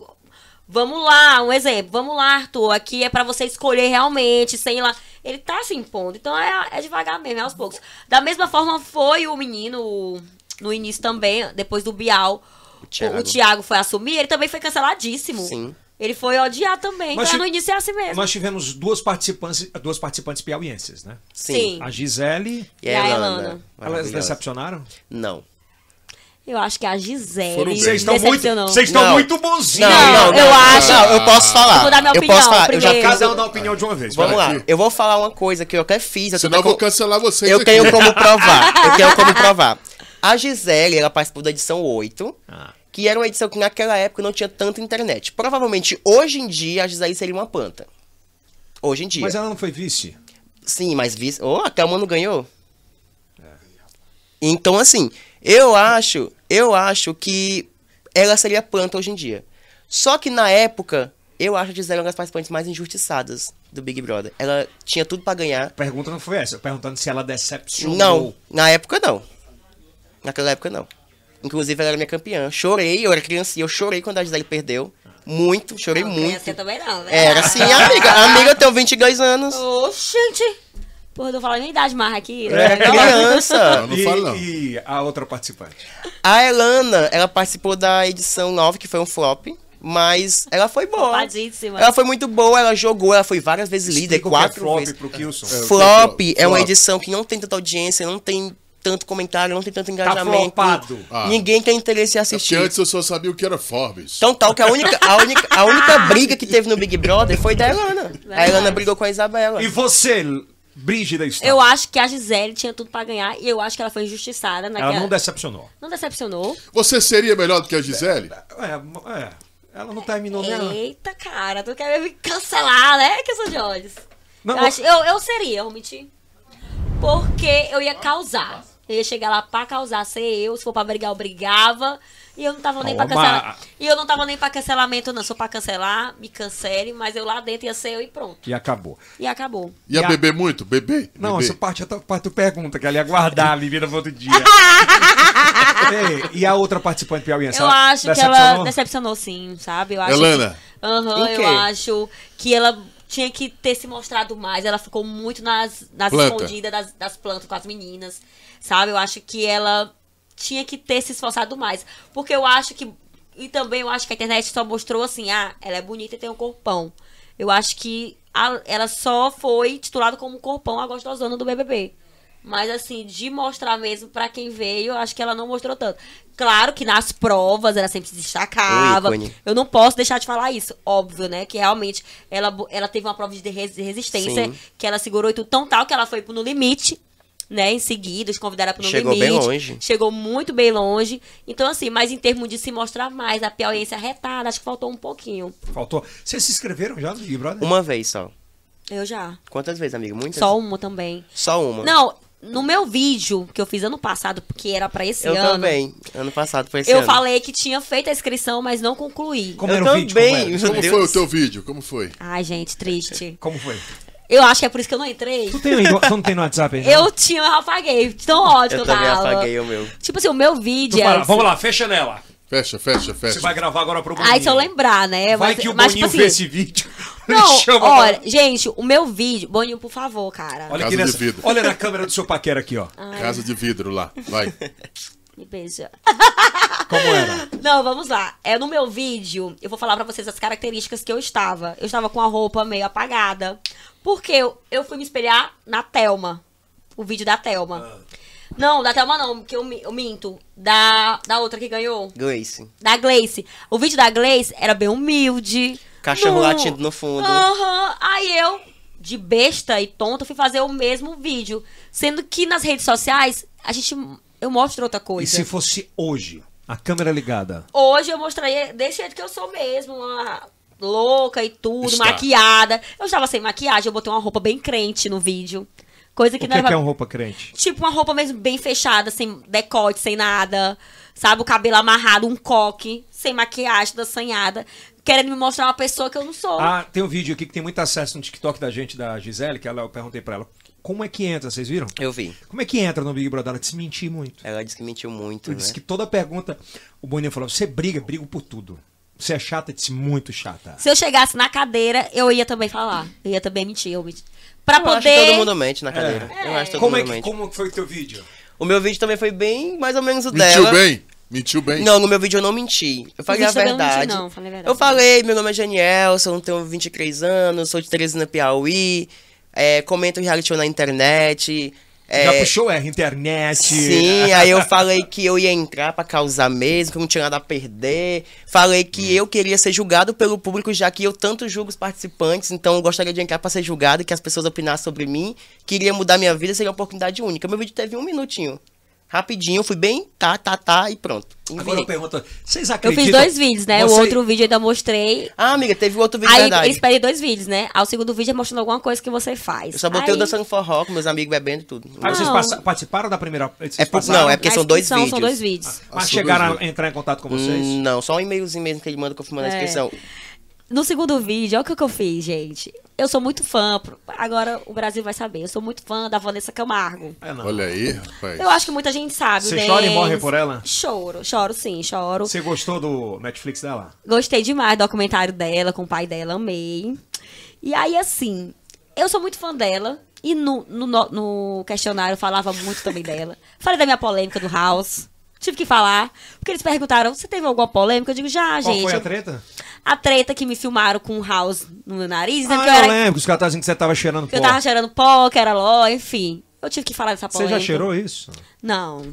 Speaker 3: Vamos lá, um exemplo. Vamos lá, Arthur. Aqui é pra você escolher realmente, sei lá. Ele tá se impondo. Então é, é devagar mesmo, é aos poucos. Da mesma forma foi o menino o- no início também, depois do Bial. O Thiago.
Speaker 5: Thiago.
Speaker 3: foi assumir, ele também foi canceladíssimo.
Speaker 5: Sim.
Speaker 3: Ele foi odiar também.
Speaker 1: Mas
Speaker 3: então
Speaker 1: se-
Speaker 3: no início é assim mesmo.
Speaker 1: Nós tivemos duas participantes, duas participantes piauienses, né?
Speaker 5: Sim.
Speaker 3: Sim.
Speaker 1: A Gisele.
Speaker 5: E a Elana.
Speaker 1: Elas
Speaker 5: Maravilhosa.
Speaker 1: decepcionaram?
Speaker 5: Não.
Speaker 3: Eu acho que a Gisele
Speaker 2: Foram bem.
Speaker 1: Vocês estão muito,
Speaker 3: decepcionou.
Speaker 1: vocês estão
Speaker 5: Não.
Speaker 1: muito
Speaker 5: Não,
Speaker 1: bonzinhos. Ah.
Speaker 5: não,
Speaker 3: eu
Speaker 5: não,
Speaker 3: acho-
Speaker 5: Não, eu posso falar.
Speaker 3: Eu vou dar minha
Speaker 5: eu
Speaker 3: opinião
Speaker 5: posso falar. Eu
Speaker 3: primeiro.
Speaker 5: já fiz
Speaker 1: Cada um dá a opinião de uma vez.
Speaker 5: É, então, Vamos
Speaker 1: vai.
Speaker 5: lá, eu vou falar uma coisa que eu até fiz. Eu tô
Speaker 2: Senão eu
Speaker 5: até
Speaker 2: vou
Speaker 5: com-
Speaker 2: cancelar vocês
Speaker 5: eu
Speaker 2: aqui.
Speaker 5: tenho como provar. Eu tenho como provar. A Gisele, ela participou da edição 8,
Speaker 1: Ah.
Speaker 5: que era uma edição que naquela época não tinha tanta internet. Provavelmente hoje em dia a Gisele seria uma planta. Hoje em dia.
Speaker 1: Mas é- ela não foi vice.
Speaker 5: Sim, mas vice. Oh, a Thelma não ganhou. É. Então, assim, eu acho, eu acho que ela seria planta hoje em dia. Só que na época, Eu acho a Gisele uma das participantes mais injustiçadas do Big Brother. Ela tinha tudo pra ganhar.
Speaker 1: A pergunta não foi essa. Perguntando se ela decepcionou.
Speaker 5: Não, na época não. Naquela época não. Inclusive ela era minha campeã. Chorei, eu era criancinha, eu chorei quando a Gisele perdeu. Muito, chorei muito.
Speaker 3: Você também não, né?
Speaker 5: Era assim, amiga. Amiga, eu tenho 22 anos.
Speaker 3: Oxente! Porra, não fala nem idade marra aqui.
Speaker 5: É criança.
Speaker 2: Não, não fala não.
Speaker 1: E, e a outra participante?
Speaker 5: A Elana, ela participou da edição 9, que foi um flop. Mas ela foi boa.
Speaker 3: Flopadíssima.
Speaker 5: Ela foi muito boa, ela jogou, ela foi várias vezes líder,
Speaker 1: Explica o que é
Speaker 5: quatro
Speaker 1: flop
Speaker 5: vezes.
Speaker 1: pro Kilson.
Speaker 2: É, o que é
Speaker 5: Flop é uma
Speaker 2: Flop.
Speaker 5: edição que não tem tanta audiência, não tem tanto comentário, não tem tanto engajamento.
Speaker 1: Tá flopado.
Speaker 2: Ah.
Speaker 5: Ninguém tem interesse em
Speaker 2: É Porque
Speaker 5: assistir.
Speaker 2: antes eu só sabia o que era Forbes.
Speaker 5: Então, tal que a única, a, única, a única briga que teve no Big Brother foi da Elana. A Elana brigou com a Isabela.
Speaker 1: E você, Brígida Star?
Speaker 3: Eu acho que a Gisele tinha tudo pra ganhar e eu acho que ela foi injustiçada naquela.
Speaker 1: Ela não decepcionou.
Speaker 3: Não decepcionou.
Speaker 5: Então-
Speaker 2: Você seria melhor do que a Gisele?
Speaker 1: É, é. Ela não terminou né? nem.
Speaker 3: Eita, cara, tu quer me cancelar, né, que eu sou de olhos.
Speaker 1: Não,
Speaker 3: eu,
Speaker 1: não.
Speaker 3: acho- eu, eu seria, eu vou mentir. Porque eu ia causar. Eu ia chegar lá pra causar, ser eu. Se for pra brigar, eu brigava. E eu não tava nem pra
Speaker 1: Toma.
Speaker 3: cancelar. E eu não tava nem pra cancelamento, não. Se for pra cancelar, me cancele, mas eu lá dentro ia ser eu e pronto.
Speaker 1: E acabou.
Speaker 3: E acabou.
Speaker 2: Ia
Speaker 1: E a-
Speaker 2: beber muito? Beber?
Speaker 1: Não,
Speaker 2: beber.
Speaker 1: essa parte é a parte do pergunta, que ela ia guardar a bebida pro outro dia. Ei, e a outra participante piauiense?
Speaker 3: Eu
Speaker 1: ela
Speaker 3: acho que ela
Speaker 1: decepcionou?
Speaker 3: decepcionou sim, sabe? Eu acho
Speaker 2: Elana.
Speaker 3: Que... Aham,
Speaker 5: Em quê?
Speaker 3: eu acho que ela tinha que ter se mostrado mais. Ela ficou muito nas, nas
Speaker 2: Planta.
Speaker 3: escondidas das, das plantas com as meninas, sabe? Eu acho que ela tinha que ter se esforçado mais. Porque eu acho que. E também eu acho que a internet só mostrou assim: ah, ela é bonita e tem um corpão. Eu acho que a- ela só foi titulada como corpão a gostosona do BBB. Mas assim, de mostrar mesmo pra quem veio, eu acho que ela não mostrou tanto. Claro que nas provas ela sempre se destacava.
Speaker 5: O ícone.
Speaker 3: Eu não posso deixar de falar isso, óbvio, né? Que realmente ela, bo- ela teve uma prova de res- resistência,
Speaker 5: Sim.
Speaker 3: que ela segurou e tudo tão tal que ela foi pro No Limite, né? Em seguida, os convidaram pro No
Speaker 5: Chegou
Speaker 3: Limite.
Speaker 5: bem longe.
Speaker 3: Chegou muito bem longe. Então, assim, mas em termos de se mostrar mais, a piauiense arretada, acho que faltou um pouquinho.
Speaker 1: Faltou. Vocês se inscreveram já no Big Brother?
Speaker 5: Uma vez só.
Speaker 3: Eu já.
Speaker 5: Quantas vezes, amiga? Muitas?
Speaker 3: Só uma também.
Speaker 5: Só uma.
Speaker 3: Não, no meu vídeo que eu fiz ano passado, porque era pra esse
Speaker 5: Eu
Speaker 3: ano.
Speaker 5: também. Ano passado foi esse
Speaker 3: Eu
Speaker 5: ano.
Speaker 3: falei que tinha feito a inscrição, mas não concluí.
Speaker 1: Como
Speaker 5: Eu
Speaker 1: era o vídeo?
Speaker 5: também.
Speaker 1: Como, era?
Speaker 2: Como
Speaker 5: Meu
Speaker 2: foi
Speaker 5: Deus.
Speaker 2: o teu vídeo? Como foi?
Speaker 3: Ai, gente, triste.
Speaker 1: Como foi?
Speaker 3: Eu acho que é por isso que eu não entrei.
Speaker 1: Tu, tem, ainda- tu não tem no WhatsApp então? ainda?
Speaker 3: Eu tinha, eu apaguei. Tão ódio que
Speaker 5: Eu
Speaker 3: eu tava.
Speaker 5: também apaguei o meu.
Speaker 3: Tipo assim, o meu vídeo.
Speaker 1: Tu fala,
Speaker 3: é-
Speaker 1: Vamos lá, fecha nela.
Speaker 2: Fecha, fecha,
Speaker 1: Você
Speaker 2: fecha.
Speaker 1: vai gravar agora pro Boninho.
Speaker 3: assim, Aí se eu lembrar, né?
Speaker 1: Vai
Speaker 3: mas,
Speaker 1: que o
Speaker 3: mas,
Speaker 1: Boninho
Speaker 3: tipo
Speaker 1: vê
Speaker 3: assim,
Speaker 1: esse vídeo.
Speaker 3: Não,
Speaker 1: Chama pra-
Speaker 3: olha, gente, o meu vídeo. Boninho, por favor, cara.
Speaker 1: Olha,
Speaker 2: Caso
Speaker 1: aqui
Speaker 2: de
Speaker 1: nessa-
Speaker 2: vidro.
Speaker 1: olha na câmera do seu paquera aqui, ó.
Speaker 3: Ah,
Speaker 2: Casa de vidro lá. Vai.
Speaker 3: Me beija.
Speaker 1: Como era?
Speaker 3: Não, vamos lá. É no meu vídeo, eu vou falar pra vocês as características que eu estava. Eu estava com a roupa meio apagada, porque eu, eu fui me espelhar na Telma, o vídeo da Telma.
Speaker 1: Ah.
Speaker 3: Não, da Telma não, porque eu, mi- eu minto. Da da outra que ganhou,
Speaker 5: Grace.
Speaker 3: da Gleice. O vídeo da Gleice era bem humilde.
Speaker 5: Cachorro
Speaker 3: nu.
Speaker 5: latindo no fundo.
Speaker 3: Aham. Aí eu, de besta e tonta, fui fazer o mesmo vídeo, sendo que nas redes sociais a gente eu mostro outra
Speaker 1: E
Speaker 3: coisa.
Speaker 1: se fosse hoje, a câmera ligada?
Speaker 3: Hoje eu mostraria desse jeito que eu sou mesmo, uma louca e tudo,
Speaker 2: Está.
Speaker 3: maquiada. Eu estava sem maquiagem, eu botei uma roupa bem crente no vídeo. Coisa
Speaker 1: O
Speaker 3: que
Speaker 1: que,
Speaker 3: não
Speaker 1: é
Speaker 3: era.
Speaker 1: que é uma roupa crente?
Speaker 3: Tipo uma roupa mesmo bem fechada, sem decote, sem nada. Sabe, o cabelo amarrado, um coque, sem maquiagem, dançanhada. Querendo me mostrar uma pessoa que eu não sou.
Speaker 1: Ah, tem um vídeo aqui que tem muito acesso no TikTok da gente, da Gisele, que ela, eu perguntei pra ela, como é que entra, vocês viram?
Speaker 5: Eu vi.
Speaker 1: Como é que entra no Big Brother? Ela disse, mentir muito.
Speaker 5: Ela disse que mentiu muito,
Speaker 3: Uhum.
Speaker 1: Ele
Speaker 5: né?
Speaker 1: disse que toda pergunta, o Boninho falou, você briga, brigo por tudo. Você é chata? Eu disse, muito chata.
Speaker 3: Se eu chegasse na cadeira, eu ia também falar. Eu ia também mentir. Eu mentir. Pra
Speaker 5: Eu acho
Speaker 3: poder.
Speaker 5: que todo mundo mente na cadeira. Eu acho que todo
Speaker 1: Como, é
Speaker 5: mundo
Speaker 1: que,
Speaker 5: mente.
Speaker 1: como que foi o teu vídeo?
Speaker 5: O meu vídeo também foi bem mais ou menos o
Speaker 2: Mentiu
Speaker 5: dela.
Speaker 2: bem? Mentiu bem?
Speaker 5: Não, no meu vídeo eu não menti. Eu falei
Speaker 3: No
Speaker 5: a
Speaker 3: vídeo eu não menti,
Speaker 5: verdade.
Speaker 3: não. Falei a verdade.
Speaker 5: Eu falei, meu nome é Janielson, tenho 23 anos, sou de Teresina, Piauí, é, comento reality show na internet. é,
Speaker 1: Já puxou R, internet.
Speaker 5: Sim, aí eu falei que eu ia entrar pra causar mesmo, que eu não tinha nada a perder. Falei que
Speaker 1: Hum.
Speaker 5: eu queria ser julgado pelo público, já que eu tanto julgo os participantes, então eu gostaria de entrar pra ser julgado e que as pessoas opinassem sobre mim. Queria mudar minha vida, seria uma oportunidade única. Meu vídeo teve um minutinho. Rapidinho, fui bem, tá, tá, tá, e pronto.
Speaker 1: Agora eu
Speaker 5: Enviei.
Speaker 1: pergunto, vocês
Speaker 3: Eu
Speaker 1: acreditam?
Speaker 3: fiz dois vídeos, né? O
Speaker 1: Você-
Speaker 3: outro vídeo eu ainda mostrei.
Speaker 5: Ah, amiga, teve outro vídeo,
Speaker 3: Aí
Speaker 5: verdade.
Speaker 3: eles pedem dois vídeos, né? Aí o segundo vídeo é mostrando alguma coisa que você faz.
Speaker 5: Eu só botei
Speaker 3: Aí-
Speaker 5: o dançando forró com meus amigos bebendo e tudo.
Speaker 1: Ah, vocês
Speaker 3: Não.
Speaker 1: passa- participaram da primeira... vocês
Speaker 5: É por-
Speaker 1: passaram?
Speaker 5: não, é
Speaker 3: A
Speaker 5: porque são dois
Speaker 3: inscrição
Speaker 5: vídeos.
Speaker 3: São dois vídeos.
Speaker 1: Mas
Speaker 2: As
Speaker 1: chegaram
Speaker 2: duas
Speaker 1: a entrar em contato com vocês?
Speaker 5: Hum, Não, só um e-mailzinho mesmo que ele manda confirmando a
Speaker 3: É.
Speaker 5: inscrição.
Speaker 3: No segundo vídeo, olha o que, que eu fiz, gente. Eu sou muito fã. pro- Agora o Brasil vai saber. Eu sou muito fã da Vanessa Camargo.
Speaker 1: É, não.
Speaker 2: Olha aí, rapaz.
Speaker 3: Eu acho que muita gente sabe.
Speaker 1: Você
Speaker 3: né?
Speaker 1: chora e morre por ela?
Speaker 3: Choro, choro sim, choro.
Speaker 1: Você gostou do Netflix dela?
Speaker 3: Gostei demais do documentário dela, com o pai dela, amei. E aí, assim, eu sou muito fã dela. E no, no, no- no questionário eu falava muito também dela. Falei da minha polêmica do House. Tive que falar. Porque eles perguntaram, você teve alguma polêmica? Eu digo, já,
Speaker 1: Qual
Speaker 3: gente.
Speaker 1: foi a treta?
Speaker 3: A treta que me filmaram com o House no meu nariz. dizendo
Speaker 1: Ah,
Speaker 3: que eu,
Speaker 1: eu
Speaker 3: era,
Speaker 1: lembro. Os caras estavam dizendo que você tava cheirando
Speaker 3: que eu
Speaker 1: pó.
Speaker 3: tava cheirando então. pó, que era ló, enfim. Eu tive que falar dessa
Speaker 1: Você
Speaker 3: polêmica.
Speaker 1: já cheirou isso?
Speaker 3: Não.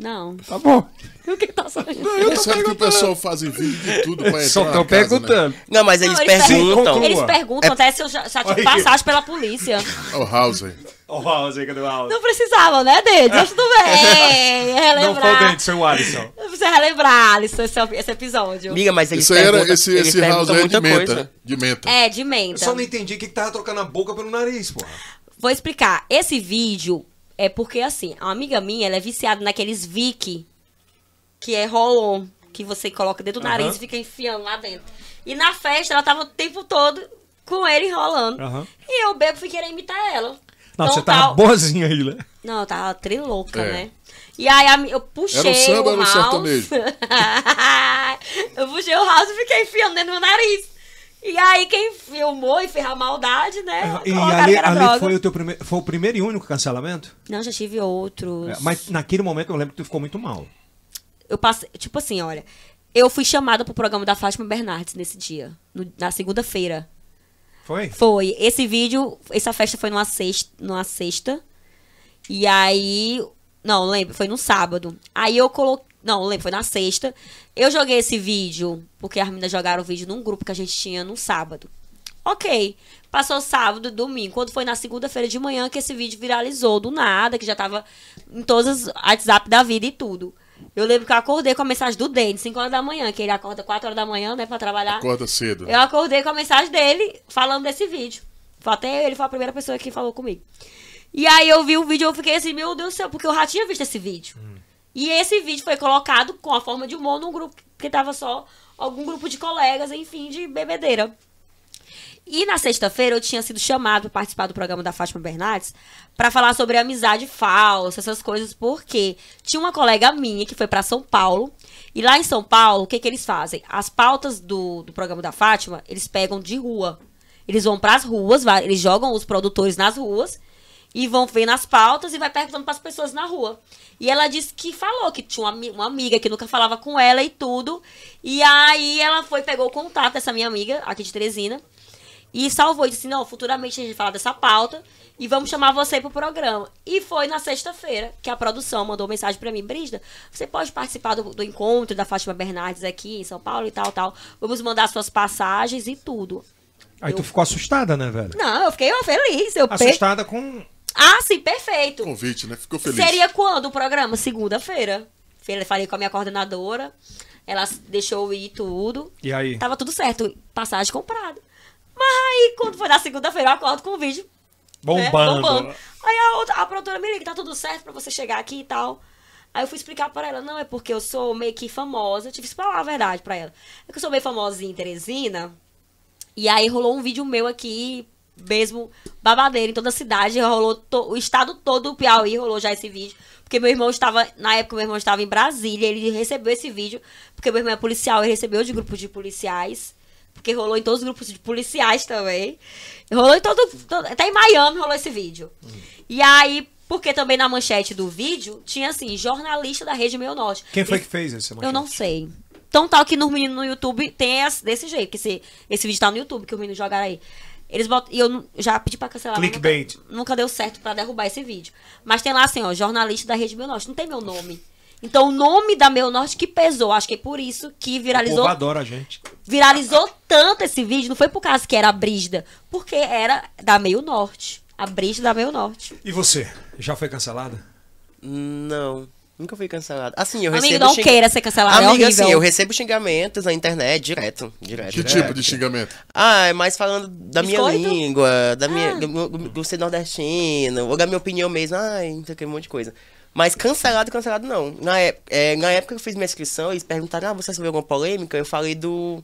Speaker 3: Não.
Speaker 4: Tá bom.
Speaker 3: O que que tá saindo?
Speaker 2: Eu sabe que o pessoal faz vídeo de tudo pra entrar
Speaker 4: Só
Speaker 2: na
Speaker 4: tô
Speaker 2: casa, né?
Speaker 4: perguntando.
Speaker 5: Não, mas eles
Speaker 3: Não, eles
Speaker 5: perguntam.
Speaker 1: perguntam. É-
Speaker 3: Eles perguntam até se eu já, já tive
Speaker 1: Olha.
Speaker 3: passagem pela polícia.
Speaker 2: Ó, É O Hauser.
Speaker 1: Ó, o House aí, cadê o House?
Speaker 3: Não precisavam, né, Denis? Mas tudo
Speaker 1: Não foi
Speaker 3: bem.
Speaker 1: o
Speaker 3: Relembrar.
Speaker 1: Dente, foi o Alisson.
Speaker 3: Não precisa relembrar, Alisson, esse, esse episódio.
Speaker 5: Amiga, mas eles
Speaker 2: Isso aí era,
Speaker 5: perguntam.
Speaker 2: esse,
Speaker 5: eles
Speaker 2: esse House
Speaker 5: perguntam
Speaker 2: é de
Speaker 5: muita
Speaker 2: menta,
Speaker 5: coisa.
Speaker 2: né? De menta.
Speaker 3: É, de
Speaker 1: Eu
Speaker 3: menta.
Speaker 1: só não entendi o que, que tava trocando a boca pelo nariz, porra.
Speaker 3: Vou explicar. Esse vídeo é porque, assim, uma amiga minha, ela é viciada naqueles Vic, que é roll-on, que você coloca dentro do
Speaker 1: Aham.
Speaker 3: nariz e fica enfiando lá dentro. E na festa, ela tava o tempo todo com ele enrolando.
Speaker 1: Aham.
Speaker 3: E eu bebo fui querer imitar ela.
Speaker 1: Não,
Speaker 3: Então,
Speaker 1: você tava
Speaker 3: tal-
Speaker 1: boazinha aí, né?
Speaker 3: Não, eu tava trilouca,
Speaker 2: É.
Speaker 3: né? E aí a mi- eu puxei
Speaker 1: um
Speaker 2: Era o samba,
Speaker 3: o
Speaker 2: era o
Speaker 3: house.
Speaker 2: sertanejo?
Speaker 3: eu puxei o house e fiquei enfiando dentro do meu nariz. E aí quem filmou e fez a maldade, né?
Speaker 1: E
Speaker 3: colocaram
Speaker 1: ali,
Speaker 3: que era
Speaker 1: ali
Speaker 3: droga.
Speaker 1: foi, o teu primeiro, foi o primeiro e único cancelamento?
Speaker 3: Não, já tive outros.
Speaker 1: É, mas naquele momento eu lembro que tu ficou muito mal.
Speaker 3: Eu passei, tipo assim, olha, eu fui chamada pro programa da Fátima Bernardes nesse dia, no- na segunda-feira.
Speaker 1: Foi?
Speaker 3: Foi. Esse vídeo, essa festa foi numa sexta, numa sexta. E aí. Não, lembro, foi no sábado. Aí eu coloquei. Não, lembro, foi na sexta. Eu joguei esse vídeo, porque as meninas jogaram o vídeo num grupo que a gente tinha no sábado. Ok. Passou sábado, domingo. Quando foi na segunda-feira de manhã que esse vídeo viralizou do nada, que já tava em todas as WhatsApp da vida e tudo. Eu lembro que eu acordei com a mensagem do Denis, 5 horas da manhã, que ele acorda 4 horas da manhã, né, pra trabalhar.
Speaker 2: Acorda cedo.
Speaker 3: Eu acordei com a mensagem dele falando desse vídeo. Foi Até ele foi a primeira pessoa que falou comigo. E aí eu vi o vídeo e eu fiquei assim, meu Deus do céu, porque eu já tinha visto esse vídeo. E esse vídeo foi colocado com a forma de humor num grupo que tava só algum grupo de colegas, enfim, de bebedeira. E na sexta-feira eu tinha sido chamado para participar do programa da Fátima Bernardes para falar sobre amizade falsa, essas coisas, porque tinha uma colega minha que foi para São Paulo. E lá em São Paulo, o que, que eles fazem? As pautas do, do programa da Fátima, eles pegam de rua. Eles vão para as ruas, vai- eles jogam os produtores nas ruas e vão vendo as pautas e vai perguntando para as pessoas na rua. E ela disse que falou que tinha uma, ami- uma amiga que nunca falava com ela e tudo. E aí ela foi, pegou o contato dessa minha amiga, aqui de Teresina, e salvou e disse: Não, futuramente a gente fala dessa pauta e vamos chamar você pro programa. E foi na sexta-feira que a produção mandou mensagem pra mim: Brisda, você pode participar do, do encontro da Fátima Bernardes aqui em São Paulo e tal, tal. Vamos mandar suas passagens e tudo.
Speaker 1: Aí tu ficou assustada, né, velho?
Speaker 3: Não, eu fiquei ó, feliz. Eu pe...
Speaker 1: Assustada com.
Speaker 3: Ah, sim, perfeito.
Speaker 2: Convite, né? Ficou feliz.
Speaker 3: Seria quando o programa? Segunda-feira. Fe- Falei com a minha coordenadora. Ela s- deixou eu ir tudo.
Speaker 1: E aí?
Speaker 3: Tava tudo certo. Passagem comprada. Mas aí, quando foi na segunda-feira, eu acordo com o vídeo. né,
Speaker 1: Bombando.
Speaker 3: Aí a, outra, a produtora me liga, tá tudo certo pra você chegar aqui e tal. Aí eu fui explicar pra ela, não, é porque eu sou meio que famosa. Eu tive que falar a verdade pra ela. É que eu sou meio famosinha em Teresina. E aí rolou um vídeo meu aqui, mesmo babadeiro em toda a cidade, rolou to- o estado todo do Piauí, rolou já esse vídeo. Porque meu irmão estava, na época meu irmão estava em Brasília, ele recebeu esse vídeo, porque meu irmão é policial, ele recebeu de grupos de policiais, porque rolou em todos os grupos de policiais também. Rolou em todo, todo- até em Miami rolou esse vídeo. E aí, porque também na manchete do vídeo tinha assim, jornalista da Rede Meio Norte.
Speaker 1: Quem foi
Speaker 3: Ele-
Speaker 1: que fez esse
Speaker 3: eu não sei. Então tal que nos meninos no YouTube tem esse- desse jeito, que esse, esse vídeo tá no YouTube, que os meninos jogaram aí. Eles botam. E eu não- já pedi pra cancelar. mas
Speaker 1: Clickbait.
Speaker 3: Nunca, nunca deu certo pra derrubar esse vídeo. Mas tem lá assim, ó, jornalista da Rede Meu Norte. Não tem meu nome. Então o nome da Meu Norte que pesou. Acho que é por isso que
Speaker 1: O
Speaker 3: viralizou
Speaker 1: povo adora a gente.
Speaker 3: viralizou tanto esse vídeo, não foi por causa que era a Brisda, porque era da Meio Norte. A Brisda da Meio Norte.
Speaker 1: E você? Já foi cancelada?
Speaker 5: Não, nunca fui cancelado. Assim, eu
Speaker 3: Amigo,
Speaker 5: recebo...
Speaker 3: não
Speaker 5: xing-
Speaker 3: queira ser cancelado, é
Speaker 5: Amiga,
Speaker 3: horrível.
Speaker 5: assim, eu recebo xingamentos na internet direto, direto.
Speaker 2: Que tipo de xingamento?
Speaker 5: Ah, é mais falando da minha
Speaker 3: Biscoito? Ah.
Speaker 5: língua, da minha, do, meu- do ser nordestino, ou da minha opinião mesmo, ai, não sei o que, um monte de coisa. Mas cancelado, cancelado não. Na, ép- é, na época que eu fiz minha inscrição, eles perguntaram, ah, você recebeu alguma polêmica? Eu falei do...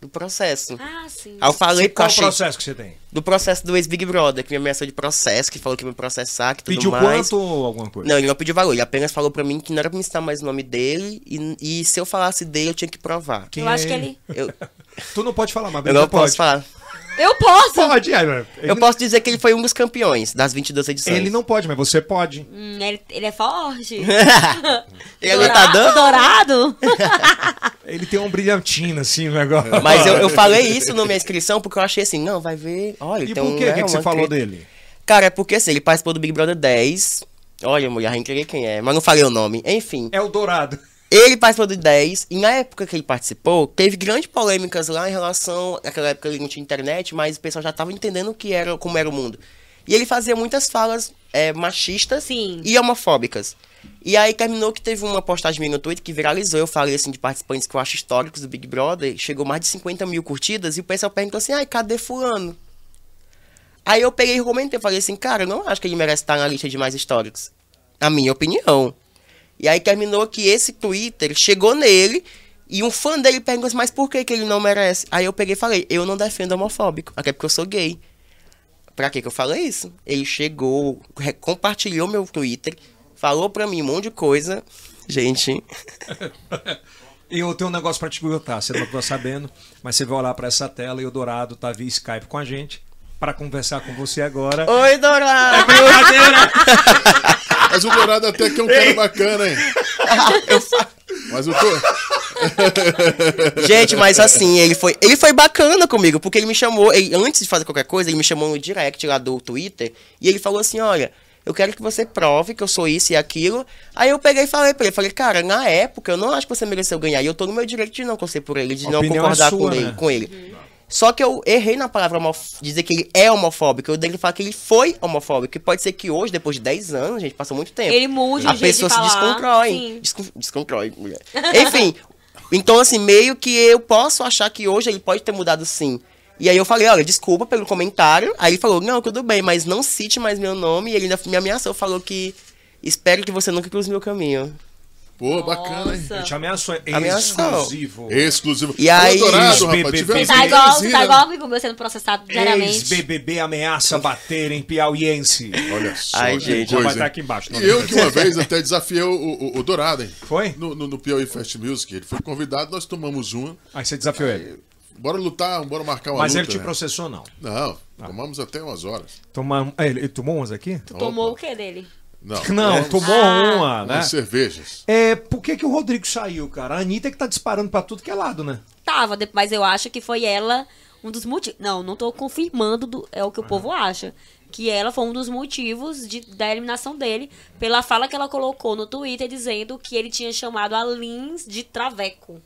Speaker 5: do processo.
Speaker 3: Ah, sim.
Speaker 5: Aí eu falei pro
Speaker 1: Tipo, Qual o
Speaker 5: cachê-
Speaker 1: processo que você tem?
Speaker 5: do processo do ex-Big Brother, que me ameaçou de processo, que falou que ia me processar, que tudo
Speaker 1: Pediu
Speaker 5: mais.
Speaker 1: quanto ou alguma coisa?
Speaker 5: Não, ele não pediu valor, ele apenas falou pra mim que não era pra me citar mais o nome dele, e, e se eu falasse dele, eu tinha que provar.
Speaker 1: Quem
Speaker 3: eu
Speaker 1: é
Speaker 3: acho que ele.
Speaker 5: Eu,
Speaker 1: Tu não pode falar, mas
Speaker 5: eu não
Speaker 1: pode.
Speaker 5: posso falar.
Speaker 3: Eu posso!
Speaker 1: Pode, é, ele,
Speaker 5: Eu posso dizer que ele foi um dos campeões das 22 edições.
Speaker 1: ele não pode, mas você pode.
Speaker 3: Hum, ele, ele é forte.
Speaker 5: Ele é lutador?
Speaker 3: Dourado?
Speaker 1: Ele tem um brilhantina, assim, o negócio.
Speaker 5: Mas eu, eu falei isso na minha inscrição porque eu achei assim, não, vai ver. Olha,
Speaker 1: E
Speaker 5: tem um,
Speaker 1: por quê? O
Speaker 5: né,
Speaker 1: que, que você
Speaker 5: uma
Speaker 1: falou
Speaker 5: crítica.
Speaker 1: dele?
Speaker 5: Cara, é porque assim, ele participou do Big Brother 10. Olha, mulher, entreguei quem é, mas não falei o nome. Enfim,
Speaker 1: É o Dourado.
Speaker 5: ele participou do 10 e na época que ele participou, teve grandes polêmicas lá em relação. Naquela época ele não tinha internet, mas o pessoal já tava entendendo o que era, como era o mundo. E ele fazia muitas falas é, machistas
Speaker 3: Sim.
Speaker 5: e homofóbicas. E aí terminou que teve uma postagem minha no Twitter que viralizou. Eu falei assim de participantes que eu acho históricos do Big Brother. Chegou mais de 50 mil curtidas e o pessoal perguntou assim: ai, cadê Fulano? Aí eu peguei e comentei, eu falei assim, cara, eu não acho que ele merece estar na lista de mais históricos. Na minha opinião. E aí terminou que esse Twitter chegou nele e um fã dele perguntou assim, mas por que, que ele não merece? Aí eu peguei e falei, eu não defendo homofóbico, até porque eu sou gay. Pra que que eu falei isso? Ele chegou, re- compartilhou meu Twitter, falou pra mim um monte de coisa. Gente,
Speaker 1: E eu tenho um negócio pra te perguntar, você não tá sabendo, mas você vai olhar pra essa tela e o Dourado tá via Skype com a gente pra conversar com você agora.
Speaker 5: oi Dourado!
Speaker 2: Mas o Dourado até que é um cara bacana, hein? Mas eu tô.
Speaker 5: Gente, mas assim, ele foi, ele foi bacana comigo, porque ele me chamou, ele- antes de fazer qualquer coisa, ele me chamou no direct lá do Twitter, e ele falou assim, olha, eu quero que você prove que eu sou isso e aquilo. Aí eu peguei e falei pra ele, falei, cara, na época eu não acho que você mereceu ganhar, e eu tô no meu direito de não torcer por ele, de
Speaker 1: A
Speaker 5: não
Speaker 1: opinião é
Speaker 5: concordar
Speaker 1: sua,
Speaker 5: com,
Speaker 1: né?
Speaker 5: ele, com ele. Só que eu errei na palavra homof- dizer que ele é homofóbico, eu dei falar que ele foi homofóbico, que pode ser que hoje, depois de 10 anos, gente, passou muito tempo
Speaker 3: Ele mude o
Speaker 5: É, a
Speaker 3: jeito de
Speaker 5: pessoa se
Speaker 3: falar.
Speaker 5: descontrói.
Speaker 3: Sim.
Speaker 5: Descon- Descontrói, mulher. Enfim, então assim, meio que eu posso achar que hoje ele pode ter mudado sim. E aí eu falei, olha, desculpa pelo comentário. Aí ele falou, não, tudo bem, mas não cite mais meu nome. E ele ainda me ameaçou, falou que espero que você nunca cruze meu caminho.
Speaker 2: Pô, bacana, hein?
Speaker 1: Ele te ameaçou, é
Speaker 5: Ameaçou.
Speaker 1: exclusivo.
Speaker 2: Exclusivo.
Speaker 5: E aí-
Speaker 2: Ô, Dourado, rapaz,
Speaker 1: BBB.
Speaker 2: tivemos
Speaker 3: Tá
Speaker 2: uma
Speaker 3: igual,
Speaker 2: usina,
Speaker 3: tá
Speaker 2: né?
Speaker 3: igual amigo meu sendo processado diariamente.
Speaker 1: Ex-BBB ameaça bater em piauiense.
Speaker 2: Olha só.
Speaker 5: Ai,
Speaker 2: que
Speaker 5: gente,
Speaker 1: Já vai
Speaker 2: coisa,
Speaker 1: estar
Speaker 2: hein?
Speaker 1: aqui embaixo. não
Speaker 2: E eu
Speaker 1: lembro.
Speaker 2: que uma vez até desafiei o, o- o Dourado, hein?
Speaker 1: Foi?
Speaker 2: No, no, no Piauí Fest Music. Ele foi convidado, nós tomamos uma.
Speaker 1: Aí você desafiou ele.
Speaker 2: Bora lutar, bora marcar uma
Speaker 1: Mas
Speaker 2: luta.
Speaker 1: ele te
Speaker 2: né?
Speaker 1: processou, não.
Speaker 2: Não, tomamos até umas horas.
Speaker 1: Toma... é, Ele ele tomou umas aqui? É.
Speaker 3: Tu tomou o que dele?
Speaker 2: Não,
Speaker 1: Não,
Speaker 2: tomamos
Speaker 1: tomou
Speaker 3: Ah.
Speaker 1: uma, né?
Speaker 2: umas cervejas.
Speaker 1: É, por que, que o Rodrigo saiu, cara? A Anitta que tá disparando pra tudo que é lado, né?
Speaker 3: Tava, de- mas eu acho que foi ela um dos motivos. Não, não tô confirmando, do- é o que o povo acha. Que ela foi um dos motivos de, da eliminação dele, pela fala que ela colocou no Twitter dizendo que ele tinha chamado a Lins de Traveco.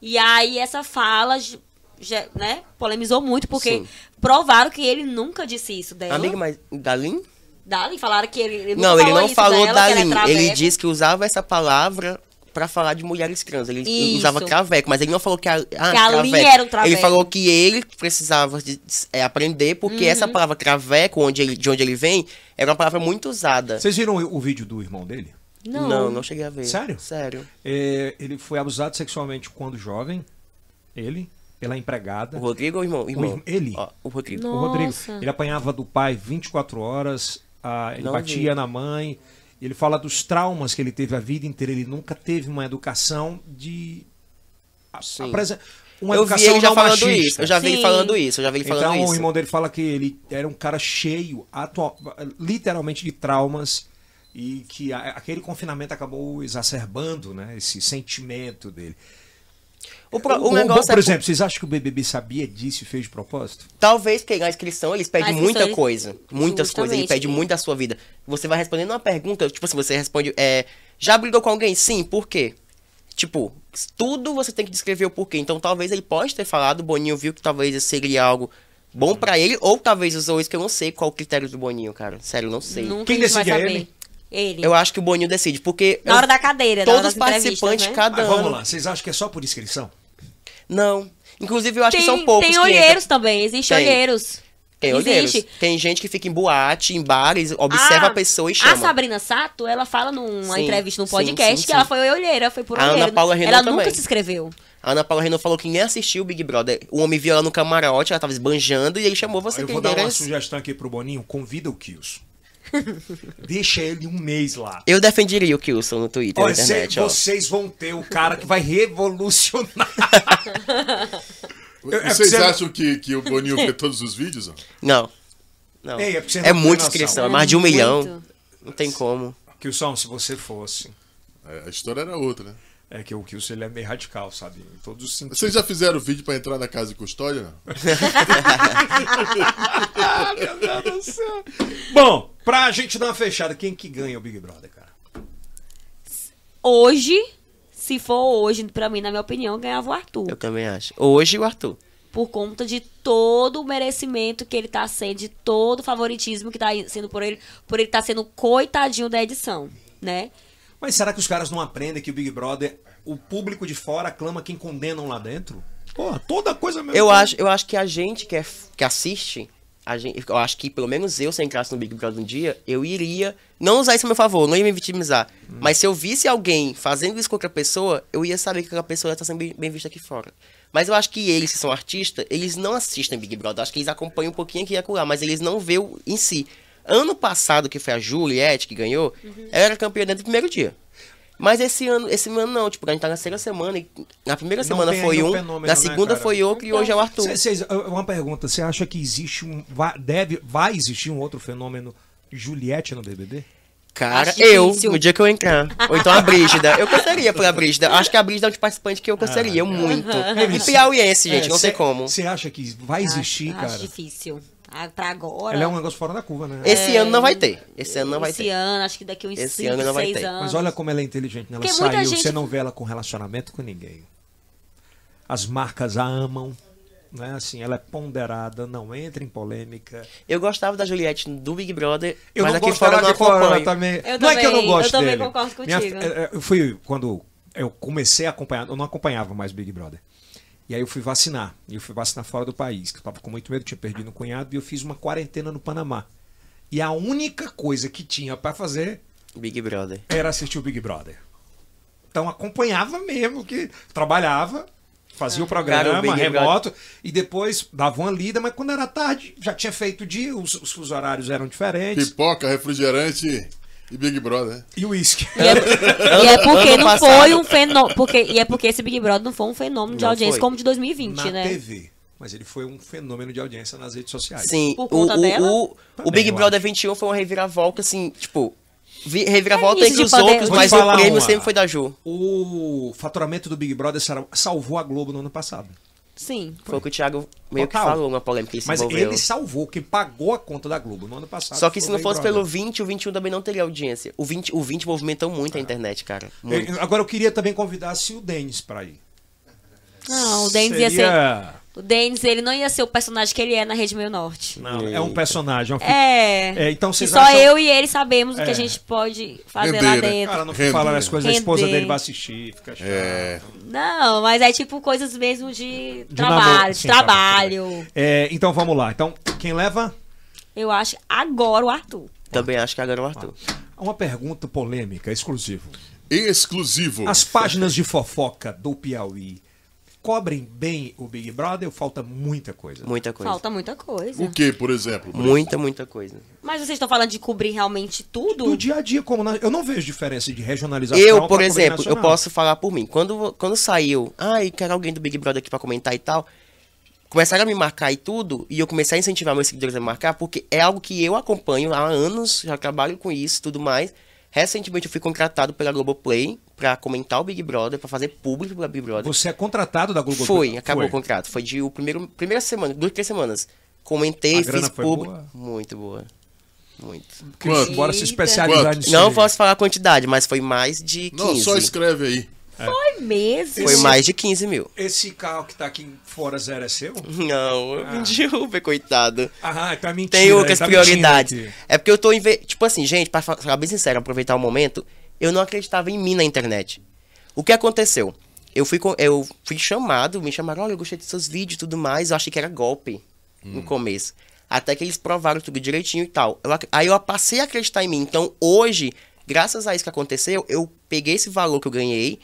Speaker 3: E aí essa fala, ge- ge- né, polemizou muito, porque
Speaker 5: Sim.
Speaker 3: provaram que ele nunca disse isso dela.
Speaker 5: Amiga, mas Dalin?
Speaker 3: Dali, falaram que ele, ele nunca
Speaker 5: Não, ele
Speaker 3: falou
Speaker 5: não
Speaker 3: isso
Speaker 5: falou
Speaker 3: dela, que ela é
Speaker 5: Dalin. Ele
Speaker 3: traveco.
Speaker 5: disse que usava essa palavra pra falar de mulheres trans. Ele
Speaker 3: Isso.
Speaker 5: usava traveco, mas ele não falou que a, ah,
Speaker 3: a Lin era um traveco.
Speaker 5: Ele falou que ele precisava de- é, aprender, porque essa
Speaker 3: Uhum.
Speaker 5: palavra traveco, onde ele- de onde ele vem, era uma palavra muito usada.
Speaker 1: Vocês viram o vídeo do irmão dele?
Speaker 3: Não.
Speaker 5: não, não cheguei a ver.
Speaker 1: Sério?
Speaker 5: Sério.
Speaker 1: É, ele foi abusado sexualmente quando jovem, ele, pela
Speaker 5: O
Speaker 1: empregada.
Speaker 5: Rodrigo ou o irmão? irmão?
Speaker 1: irm- ele.
Speaker 5: Ó, o Rodrigo.
Speaker 3: Não.
Speaker 1: O Rodrigo.
Speaker 3: Nossa.
Speaker 1: Ele apanhava do pai 24 horas, a, ele
Speaker 5: Não
Speaker 1: batia
Speaker 5: vi.
Speaker 1: na mãe. Ele fala dos traumas que ele teve a vida inteira. Ele nunca teve uma educação de. a-
Speaker 5: Sim.
Speaker 1: apresen- Uma
Speaker 5: eu vi
Speaker 1: educação
Speaker 5: ele já
Speaker 1: não
Speaker 5: falando
Speaker 1: machista.
Speaker 5: isso. Eu já vi ele
Speaker 3: Sim.
Speaker 5: falando isso. Eu já vi ele falando
Speaker 1: Então o
Speaker 5: isso.
Speaker 1: irmão dele fala que ele era um cara cheio, atual- literalmente de traumas e que a- aquele confinamento acabou exacerbando, né, esse sentimento dele.
Speaker 5: O, pro- o
Speaker 1: Ou-
Speaker 5: negócio
Speaker 1: por
Speaker 5: é
Speaker 1: exemplo, vocês acham que o BBB sabia disso e fez de propósito?
Speaker 5: Talvez porque na inscrição eles pedem
Speaker 3: Na inscrição
Speaker 5: muita
Speaker 3: eles-
Speaker 5: coisa. Muitas coisas. Ele
Speaker 3: Justamente.
Speaker 5: pede muito da sua vida. Você vai respondendo uma pergunta, tipo assim, você responde, é, já brigou com alguém? Sim, por quê? Tipo, tudo você tem que descrever o porquê. Então talvez ele possa ter falado, o Boninho viu que talvez seria algo bom pra ele, ou talvez usou isso que eu não sei qual o critério do Boninho, cara. Sério, eu não sei.
Speaker 3: Nunca
Speaker 1: Quem
Speaker 3: a gente vai
Speaker 1: decide é
Speaker 3: saber.
Speaker 1: ele?
Speaker 3: Ele.
Speaker 5: Eu acho que o Boninho decide, porque.
Speaker 3: Na
Speaker 5: eu-
Speaker 3: hora da cadeira, na
Speaker 5: Todos
Speaker 3: hora
Speaker 5: os
Speaker 3: das entrevistas,
Speaker 5: participantes,
Speaker 3: né?
Speaker 5: cada
Speaker 1: Mas vamos
Speaker 5: ano-
Speaker 1: lá, vocês acham que é só por inscrição?
Speaker 5: Não. Inclusive, eu acho que
Speaker 3: tem,
Speaker 5: são poucos.
Speaker 3: Tem
Speaker 5: que entram.
Speaker 3: olheiros também, existe
Speaker 5: Tem.
Speaker 3: olheiros.
Speaker 5: Tem É, olheiros.
Speaker 3: existe.
Speaker 5: Tem gente que fica em boate, em bares, observa a
Speaker 3: Ah,
Speaker 5: pessoa e chama.
Speaker 3: A Sabrina Sato, ela fala numa
Speaker 5: Sim,
Speaker 3: entrevista, num
Speaker 5: sim,
Speaker 3: podcast,
Speaker 5: sim,
Speaker 3: que
Speaker 5: sim.
Speaker 3: ela foi olheira, foi por
Speaker 5: A Ana
Speaker 3: olheiro.
Speaker 5: Paula Renan
Speaker 3: ela
Speaker 5: também.
Speaker 3: nunca se inscreveu.
Speaker 5: A Ana Paula Renault falou que nem assistiu o Big Brother. O homem viu ela no camarote, ela tava esbanjando, e ele chamou você
Speaker 1: Eu
Speaker 5: que
Speaker 1: vou dar uma
Speaker 5: endereço.
Speaker 1: sugestão aqui pro Boninho. Convida o Kills. Deixa ele um mês lá.
Speaker 5: Eu defenderia o Kilson no Twitter,
Speaker 1: Olha,
Speaker 5: na internet,
Speaker 1: cê-
Speaker 5: ó.
Speaker 1: vocês vão ter o cara que vai revolucionar. Eu- é porque
Speaker 2: Vocês
Speaker 1: você-
Speaker 2: acham que, que o Boninho vê todos os vídeos? ó?
Speaker 5: Não. Não.
Speaker 1: Ei, é pra você
Speaker 5: é
Speaker 1: não ter
Speaker 5: muita
Speaker 1: noção.
Speaker 5: inscrição, é mais de um
Speaker 3: Muito.
Speaker 5: milhão. Não tem como.
Speaker 1: Kilson, se você fosse.
Speaker 2: É, A história era outra, né?
Speaker 1: É que o Kilson ele é meio radical, sabe? Em todos os sentidos.
Speaker 2: Vocês já fizeram vídeo pra entrar na casa de custódia? Não?
Speaker 1: Bom, pra gente dar uma fechada, quem que ganha o Big Brother, cara?
Speaker 3: Hoje, se for hoje, pra mim, na minha opinião, ganhava o Arthur.
Speaker 5: Eu também acho. Hoje o Arthur.
Speaker 3: Por conta de todo o merecimento que ele tá sendo, de todo o favoritismo que tá sendo por ele, por ele tá sendo o coitadinho da edição, né?
Speaker 1: Mas será que os caras não aprendem que o Big Brother, o público de fora aclama quem condenam lá dentro? Pô, toda coisa mesmo.
Speaker 5: Eu acho, eu acho que a gente que, é, f- que assiste, a gente, eu acho que pelo menos eu, se eu entrasse no Big Brother um dia, eu iria não usar isso a meu favor, não ia me vitimizar.
Speaker 1: Hum.
Speaker 5: Mas se eu visse alguém fazendo isso com outra pessoa, eu ia saber que aquela pessoa está sendo bem, bem vista aqui fora. Mas eu acho que eles, que são artistas, eles não assistem Big Brother. Acho que eles acompanham um pouquinho aqui e acolá, mas eles não vê o, em si. Ano passado, que foi a Juliette que ganhou, ela era campeã dentro do primeiro dia. Mas esse ano, esse ano não, tipo, a gente tá na terceira semana e na primeira
Speaker 1: Não
Speaker 5: semana
Speaker 1: tem
Speaker 5: foi
Speaker 1: ainda o
Speaker 5: um,
Speaker 1: fenômeno, né,
Speaker 5: na segunda
Speaker 1: cara?
Speaker 5: foi outro e hoje é o Arthur.
Speaker 1: Então, Cê- cês- eu- uma pergunta, você acha que existe um. Vai, deve, vai existir um outro fenômeno Juliette no BBB?
Speaker 5: Cara,
Speaker 3: Acho
Speaker 5: eu,
Speaker 3: difícil.
Speaker 5: no dia que eu entrar. Ou então a Brígida. Eu cansaria pela Brígida. Acho que a Brígida é um dos participantes que eu
Speaker 1: Ah,
Speaker 5: cansaria muito.
Speaker 1: é
Speaker 5: E piauiense, é gente, não sei como.
Speaker 1: Você É, acha que vai existir,
Speaker 3: acho,
Speaker 1: cara?
Speaker 3: Acho difícil. Ah, pra agora.
Speaker 1: Ela é um negócio fora da curva, né?
Speaker 5: Esse ano não vai ter. Esse ano não vai
Speaker 3: esse
Speaker 5: ter.
Speaker 3: ano, acho que daqui uns
Speaker 5: Esse
Speaker 3: 5,
Speaker 5: ano não vai
Speaker 3: 6
Speaker 5: ter.
Speaker 3: anos.
Speaker 1: Mas olha como ela é inteligente. né? Ela
Speaker 3: Porque muita
Speaker 1: saiu,
Speaker 3: gente-
Speaker 1: você não vê ela com relacionamento com ninguém. As marcas a amam. Né? Assim, ela é ponderada, não entra em polêmica.
Speaker 5: Eu gostava da Juliette do Big Brother,
Speaker 1: Eu
Speaker 5: mas
Speaker 1: não
Speaker 5: aqui
Speaker 1: gosto
Speaker 5: fora eu
Speaker 1: dela
Speaker 5: não
Speaker 1: de fora, ela
Speaker 5: acompanho.
Speaker 1: também.
Speaker 3: Eu
Speaker 1: não é que eu não
Speaker 3: também,
Speaker 1: gosto
Speaker 3: eu também
Speaker 1: dele.
Speaker 3: concordo
Speaker 1: Minha-
Speaker 3: contigo.
Speaker 1: eh, eh, Eu fui quando eu comecei a acompanhar, eu não acompanhava mais Big Brother. E aí eu fui vacinar. E eu fui vacinar fora do país, que eu tava com muito medo, tinha perdido um cunhado, e eu fiz uma quarentena no Panamá. E a única coisa que tinha pra fazer
Speaker 5: Big Brother.
Speaker 1: era assistir o Big Brother. Então acompanhava mesmo, que trabalhava,
Speaker 5: É.
Speaker 1: fazia o
Speaker 5: Cara,
Speaker 1: programa
Speaker 5: o Big Brother-
Speaker 1: remoto e depois dava uma lida, mas quando era tarde, já tinha feito o dia, os, os fusos horários eram diferentes.
Speaker 2: Pipoca, refrigerante e Big Brother, né?
Speaker 1: E o uísque.
Speaker 3: E é, e é porque
Speaker 5: ano
Speaker 3: não
Speaker 5: passado-
Speaker 3: foi um fenômeno. Porque, e é porque esse Big Brother não foi um fenômeno de
Speaker 5: Não
Speaker 3: audiência
Speaker 5: foi.
Speaker 3: como o de 2020,
Speaker 1: na
Speaker 3: né?
Speaker 1: TV. Mas ele foi um fenômeno de audiência nas redes sociais.
Speaker 5: Sim,
Speaker 3: Por
Speaker 5: o,
Speaker 3: conta
Speaker 5: o,
Speaker 3: dela?
Speaker 5: o, o
Speaker 1: Também,
Speaker 5: Big
Speaker 1: eu
Speaker 5: Brother 21 foi uma reviravolta, assim, tipo... vi- reviravolta
Speaker 3: É
Speaker 5: entre
Speaker 3: início
Speaker 5: os
Speaker 3: de poder.
Speaker 5: outros,
Speaker 1: Vou te
Speaker 5: mas o
Speaker 1: falar
Speaker 5: prêmio
Speaker 1: uma.
Speaker 5: sempre foi da Ju.
Speaker 1: O faturamento do Big Brother sal- salvou a Globo no ano passado.
Speaker 3: Sim.
Speaker 5: Foi o que o Thiago meio que
Speaker 1: Total.
Speaker 5: falou, uma polêmica que ele se
Speaker 1: Mas
Speaker 5: envolveu.
Speaker 1: ele salvou, quem pagou a conta da Globo no ano passado.
Speaker 5: Só que
Speaker 1: foi
Speaker 5: se
Speaker 1: o
Speaker 5: não
Speaker 1: Big
Speaker 5: fosse pelo
Speaker 1: Brother.
Speaker 5: 20, o 21 também não teria audiência. O 20, o 20 movimentou muito a internet, cara. Muito.
Speaker 1: Eu- Agora eu queria também convidar se o Denis pra ir.
Speaker 3: Não, o Denis ia ser.
Speaker 1: Seria-
Speaker 3: O Denis, ele não ia ser o personagem que ele é na Rede Meio Norte.
Speaker 1: Não, é um personagem. É. um fi-
Speaker 3: É.
Speaker 1: É, então
Speaker 3: que
Speaker 1: vocês
Speaker 3: só
Speaker 1: acham-
Speaker 3: eu e ele sabemos o que
Speaker 1: É.
Speaker 3: a gente pode fazer
Speaker 2: Render,
Speaker 3: lá
Speaker 2: né?
Speaker 3: dentro.
Speaker 1: Cara, não
Speaker 2: Render.
Speaker 1: fala as coisas, a esposa
Speaker 3: Render.
Speaker 1: dele vai assistir, fica chato.
Speaker 2: É.
Speaker 3: Não, mas é tipo coisas mesmo de,
Speaker 1: De
Speaker 3: trabalho,
Speaker 1: namoro,
Speaker 3: de
Speaker 1: sim,
Speaker 3: trabalho.
Speaker 1: É, então vamos lá. Então, quem leva?
Speaker 3: Eu acho agora o Arthur.
Speaker 5: Também acho que agora é o Arthur.
Speaker 1: Uma pergunta polêmica, exclusivo.
Speaker 2: Exclusivo.
Speaker 1: As páginas de fofoca do Piauí cobrem bem o Big Brother ou falta muita coisa?
Speaker 5: Muita coisa.
Speaker 3: Falta muita coisa.
Speaker 2: O que, por exemplo? Por
Speaker 5: Muita, muita coisa.
Speaker 3: Mas vocês estão falando de cobrir realmente tudo?
Speaker 1: Do dia a dia, como na- eu não vejo diferença de regionalização.
Speaker 5: Eu,
Speaker 1: pra
Speaker 5: por
Speaker 1: cobrir
Speaker 5: exemplo, eu
Speaker 1: nacional.
Speaker 5: posso falar por mim. Quando, quando saiu, ai, quero alguém do Big Brother aqui pra comentar e tal. Começaram a me marcar e tudo, e eu comecei a incentivar meus seguidores a me marcar, porque é algo que eu acompanho há anos, já trabalho com isso e tudo mais. Recentemente eu fui contratado pela Globoplay pra comentar o Big Brother, pra fazer público pra Big Brother.
Speaker 1: Você é contratado da Globo
Speaker 5: Foi, acabou o contrato. Foi de o primeiro, primeira semana, duas, três semanas. Comentei,
Speaker 1: A
Speaker 5: fiz
Speaker 1: grana foi
Speaker 5: público.
Speaker 1: boa?
Speaker 5: Muito boa. Muito.
Speaker 1: Quanto? Bora se
Speaker 3: Eita.
Speaker 1: especializar
Speaker 2: Quanto?
Speaker 1: nisso.
Speaker 5: Não
Speaker 1: aí.
Speaker 5: posso falar a quantidade, mas foi mais de 15.
Speaker 2: Não, só escreve aí.
Speaker 3: Foi mesmo.
Speaker 5: Foi mais de 15 mil.
Speaker 1: Esse carro que tá aqui fora zero é seu?
Speaker 5: Não, eu vendi Uber, coitado.
Speaker 1: Ah, tá mentindo.
Speaker 5: Tem outras
Speaker 1: Ah. tá mentindo
Speaker 5: prioridades.
Speaker 1: aqui.
Speaker 5: É porque eu tô. Inve... Tipo assim, gente, pra fa- falar bem sincero, aproveitar o momento, eu não acreditava em mim na internet. O que aconteceu? Eu fui, co- eu fui chamado, me chamaram, olha, eu gostei dos seus vídeos e tudo mais. Eu achei que era golpe
Speaker 1: Hum.
Speaker 5: no começo. Até que eles provaram tudo direitinho e tal. Eu ac- aí eu passei a acreditar em mim. Então hoje, graças a isso que aconteceu, eu peguei esse valor que eu ganhei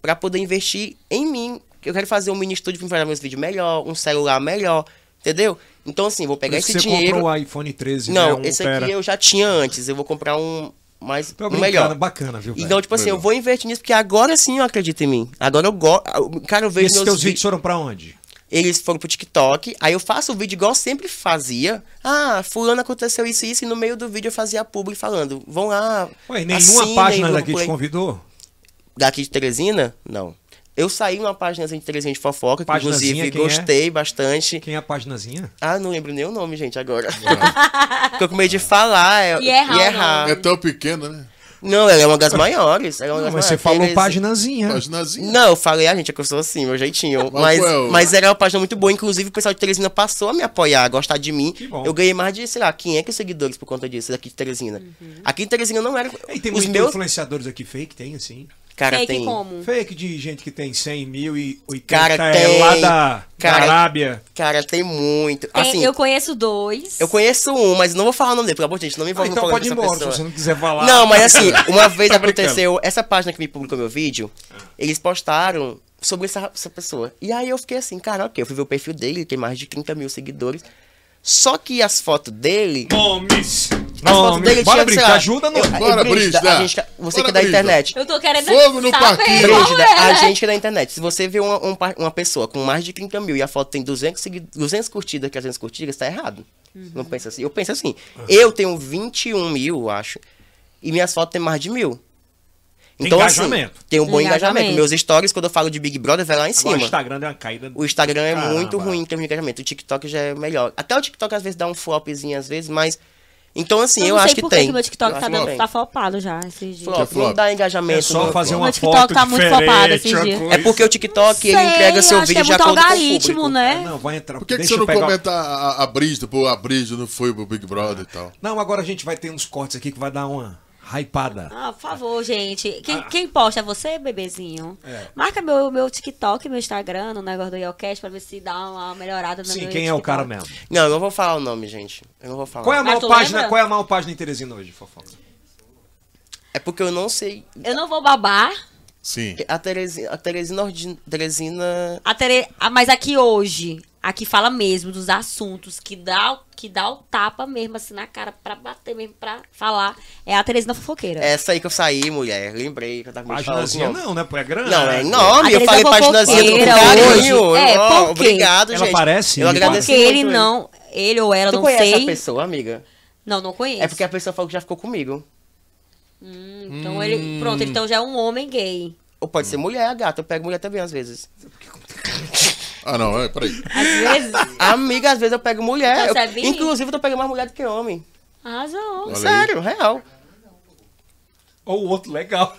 Speaker 5: pra poder investir em mim. Eu quero fazer um mini estúdio pra fazer meus vídeos melhor, um celular melhor, entendeu? Então, assim, vou pegar
Speaker 1: Por isso
Speaker 5: esse
Speaker 1: que você
Speaker 5: dinheiro.
Speaker 1: comprou o iPhone 13,
Speaker 5: Não,
Speaker 1: né? Um
Speaker 5: esse
Speaker 1: tera.
Speaker 5: aqui eu já tinha antes. Eu vou comprar um mais
Speaker 1: Tô
Speaker 5: um
Speaker 1: brincando,
Speaker 5: melhor.
Speaker 1: bacana, viu, velho?
Speaker 5: Então, tipo assim, eu vou investir nisso porque agora sim eu acredito em mim. Agora eu gosto. Cara, eu
Speaker 1: E
Speaker 5: vejo
Speaker 1: esses
Speaker 5: meus
Speaker 1: teus
Speaker 5: vídeos.
Speaker 1: vídeos foram pra onde?
Speaker 5: Eles foram pro TikTok, aí eu faço o vídeo igual eu sempre fazia. Ah, fulano aconteceu isso e isso, e no meio do vídeo eu fazia a publi falando, vão lá.
Speaker 1: Ué, e nenhuma
Speaker 5: assinem
Speaker 1: página
Speaker 5: o
Speaker 1: daqui te
Speaker 5: play."
Speaker 1: convidou?
Speaker 5: Daqui de Teresina? Não. Eu saí numa página de Teresina de fofoca, que
Speaker 1: Paginazinha,
Speaker 5: inclusive
Speaker 1: quem é?
Speaker 5: gostei bastante.
Speaker 1: Quem é a paginazinha?
Speaker 5: Ah, não lembro nem o nome, gente, agora. Tô com medo de falar. eu-
Speaker 3: E errar o
Speaker 2: É tão pequena, né?
Speaker 5: Não, ela é uma das maiores. Ela é uma
Speaker 1: Não,
Speaker 5: das
Speaker 1: mas
Speaker 5: maiores.
Speaker 1: você falou
Speaker 5: Teresina-
Speaker 1: paginazinha.
Speaker 2: Paginazinha.
Speaker 5: Não, eu falei, ah, gente, é que eu sou assim, meu jeitinho.
Speaker 2: Mas
Speaker 5: Mas,
Speaker 2: qual é o-
Speaker 5: mas era uma página muito boa. Inclusive, o pessoal de Teresina passou a me apoiar, a gostar de mim.
Speaker 1: Que bom.
Speaker 5: Eu ganhei mais de, sei lá, 500 seguidores por conta disso, daqui de Teresina.
Speaker 3: Uhum.
Speaker 5: Aqui em Teresina não era.
Speaker 1: E tem
Speaker 5: os
Speaker 1: muitos
Speaker 5: meus.
Speaker 1: influenciadores aqui fake, tem assim.
Speaker 5: Cara,
Speaker 3: Fake
Speaker 5: tem.
Speaker 3: como?
Speaker 1: Fake de gente que tem 100 mil e 80
Speaker 5: Cara,
Speaker 1: é
Speaker 5: tem.
Speaker 1: lá da,
Speaker 5: Cara-
Speaker 1: da Arábia.
Speaker 5: Cara, tem muito.
Speaker 3: Tem-
Speaker 5: Assim,
Speaker 3: eu
Speaker 5: eu...
Speaker 3: conheço dois.
Speaker 5: conheço um, mas não vou falar o nome dele, pelo amor de Deus, não me
Speaker 1: Ah,
Speaker 5: envolva no
Speaker 1: então
Speaker 5: problema
Speaker 1: pode ir
Speaker 5: dessa
Speaker 1: embora,
Speaker 5: pessoa.
Speaker 1: se você não quiser falar. Tá
Speaker 5: Não, mas assim, uma vez
Speaker 1: Tô
Speaker 5: aconteceu, essa página que me publicou meu vídeo, eles postaram sobre essa, essa pessoa. E aí eu fiquei assim, cara, ok, eu fui ver o perfil dele, ele tem mais de 30 mil seguidores. Só que as fotos dele.
Speaker 1: Nomes!
Speaker 5: As fotos
Speaker 1: Nomes!
Speaker 5: dele
Speaker 1: Bora,
Speaker 5: tinha, sei
Speaker 1: Brito,
Speaker 5: lá,
Speaker 1: ajuda nós.
Speaker 5: eu- eu-
Speaker 2: Bora,
Speaker 5: Brígida,
Speaker 2: Brígida.
Speaker 5: a gente que- Você
Speaker 2: Bora,
Speaker 5: que é da
Speaker 2: Brígida.
Speaker 5: internet.
Speaker 3: Eu tô querendo
Speaker 2: Fogo no
Speaker 3: saber
Speaker 2: parquinho.
Speaker 3: qual
Speaker 5: Brígida,
Speaker 3: é.
Speaker 5: a gente que é da internet. Se você vê uma, um par- uma pessoa com mais de 30 mil e a foto tem 200, segui- 200 curtidas, 300 curtidas, tá errado.
Speaker 3: Uhum.
Speaker 5: Não pensa assim. Eu penso assim.
Speaker 1: Ah.
Speaker 5: Eu tenho 21 mil, eu acho. E minhas fotos têm mais de mil.
Speaker 1: Tem
Speaker 5: assim,
Speaker 1: engajamento.
Speaker 5: tem um bom engajamento.
Speaker 3: Engajamento.
Speaker 5: Meus stories, quando eu falo de Big Brother, vai lá em
Speaker 1: Agora,
Speaker 5: cima.
Speaker 1: o Instagram deu uma caída.
Speaker 5: O Instagram é
Speaker 1: Caramba.
Speaker 5: muito ruim em termos de engajamento. O TikTok já é melhor. Até o TikTok às vezes dá um flopzinho, às vezes, mas. Então, assim, eu,
Speaker 3: não sei
Speaker 5: acho que
Speaker 3: por
Speaker 5: tem.
Speaker 3: que meu TikTok
Speaker 5: Eu
Speaker 3: tá,
Speaker 5: acho que
Speaker 3: dando,
Speaker 5: tem.
Speaker 3: tá flopado já esses dias.
Speaker 5: Flop,
Speaker 2: Que é flop?
Speaker 5: não dá engajamento.
Speaker 1: É só
Speaker 5: no-
Speaker 1: fazer uma
Speaker 3: Meu TikTok
Speaker 1: foto
Speaker 3: tá muito
Speaker 1: diferente,
Speaker 3: flopado esses
Speaker 1: uma
Speaker 3: dias.
Speaker 1: coisa.
Speaker 5: É porque o TikTok, ele
Speaker 3: Sei,
Speaker 5: entrega seu
Speaker 3: acho
Speaker 5: vídeo
Speaker 3: que
Speaker 5: de
Speaker 3: é muito
Speaker 5: acordo com o
Speaker 3: algoritmo,
Speaker 5: público.
Speaker 3: né?
Speaker 1: É, Não, vai entrar.
Speaker 2: Por que, que
Speaker 1: deixa
Speaker 2: você
Speaker 1: eu
Speaker 2: não
Speaker 1: pegar-
Speaker 2: comenta a, a, a Brígida? Pô, a Brígida não foi pro Big Brother e tal.
Speaker 1: Não, agora a gente vai ter uns cortes aqui que vai dar uma hypada.
Speaker 3: Ah, por favor, gente. Quem, quem posta é você, bebezinho?
Speaker 1: Ah. É.
Speaker 3: Marca meu, meu TikTok, meu Instagram, no negócio do Yelcast, pra ver se dá uma melhorada no
Speaker 1: Sim,
Speaker 3: meu
Speaker 1: quem é o
Speaker 3: TikTok.
Speaker 1: cara mesmo?
Speaker 5: Não, eu não vou falar o nome, gente. Eu não vou falar.
Speaker 1: Qual é a
Speaker 5: É,
Speaker 3: Mas
Speaker 1: maior
Speaker 3: Ah, tu
Speaker 1: página,
Speaker 3: lembra?
Speaker 1: qual é a maior página em Teresina hoje, fofoca?
Speaker 5: É porque eu não sei.
Speaker 3: Eu não vou babar.
Speaker 2: Sim.
Speaker 5: A Teresina, a Teresina, Ordi- Teresina
Speaker 3: A Tere... ah, Mas aqui hoje, aqui fala mesmo dos assuntos que dá, o- que dá o tapa mesmo, assim, na cara, pra bater mesmo, pra falar. É a Teresina Fofoqueira.
Speaker 5: Essa aí que eu saí, mulher. Lembrei que eu tava me falando com o
Speaker 1: Paginazinha
Speaker 5: nome.
Speaker 1: não, né? Pô, é grande.
Speaker 5: Não, é
Speaker 3: A
Speaker 5: enorme. Eu
Speaker 3: Teresa
Speaker 5: falei
Speaker 3: fofoqueira
Speaker 5: paginazinha do
Speaker 3: hoje.
Speaker 5: carinho.
Speaker 3: É,
Speaker 5: ó,
Speaker 3: por quê?
Speaker 5: Obrigado,
Speaker 1: Ela
Speaker 5: gente.
Speaker 1: parece?
Speaker 5: Eu agradeço
Speaker 3: Porque ele
Speaker 5: muito
Speaker 3: não. Ele ou ela,
Speaker 5: Tu
Speaker 3: não
Speaker 5: conhece
Speaker 3: sei.
Speaker 5: a pessoa, amiga?
Speaker 3: Não, não conheço.
Speaker 5: É porque a pessoa falou que já ficou comigo.
Speaker 3: Hum, Então ele. Pronto, então já é um homem gay.
Speaker 5: Ou pode
Speaker 1: Hum.
Speaker 5: ser mulher, gata. Eu pego mulher também, às vezes.
Speaker 2: Ah, não, é, peraí.
Speaker 3: Às vezes.
Speaker 5: Amiga, às vezes eu pego mulher.
Speaker 3: Então você
Speaker 5: Eu-
Speaker 3: é bi?
Speaker 5: inclusive, eu tô pegando mais mulher do que homem.
Speaker 3: Arrasou.
Speaker 2: Olha aí.
Speaker 5: Sério, real.
Speaker 1: Ou o outro legal.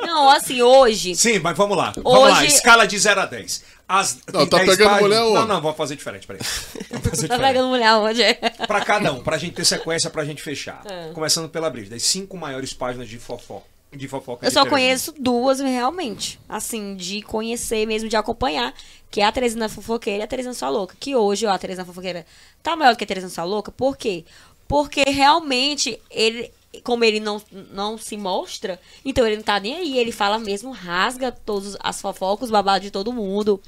Speaker 3: Não, assim, hoje.
Speaker 1: Sim, mas vamos lá. Vamos lá,
Speaker 3: Hoje-
Speaker 1: escala de 0 a 10. As,
Speaker 2: Não, tá
Speaker 1: 10
Speaker 2: pegando
Speaker 1: páginas-
Speaker 2: mulher ou
Speaker 1: Não,
Speaker 2: homem?
Speaker 1: não, vamos fazer diferente, peraí. Vamos fazer
Speaker 3: Tá
Speaker 1: diferente.
Speaker 3: pegando mulher hoje.
Speaker 1: Pra cada um, pra gente ter sequência, pra gente fechar.
Speaker 3: É.
Speaker 1: Começando pela Brígida. As cinco maiores páginas de fofoca. De fofoca
Speaker 3: Eu
Speaker 1: de
Speaker 3: só
Speaker 1: Teresina.
Speaker 3: conheço duas realmente. Assim, de conhecer mesmo, de acompanhar. Que é a Teresina Fofoqueira e a Teresina Sua Louca. Que hoje, ó, a Teresina Fofoqueira tá maior do que a Teresina Sua Louca. Por quê? Porque realmente ele. Como ele não, não se mostra, então ele não tá nem aí. Ele fala mesmo, rasga todas as fofocas, os babados de todo mundo.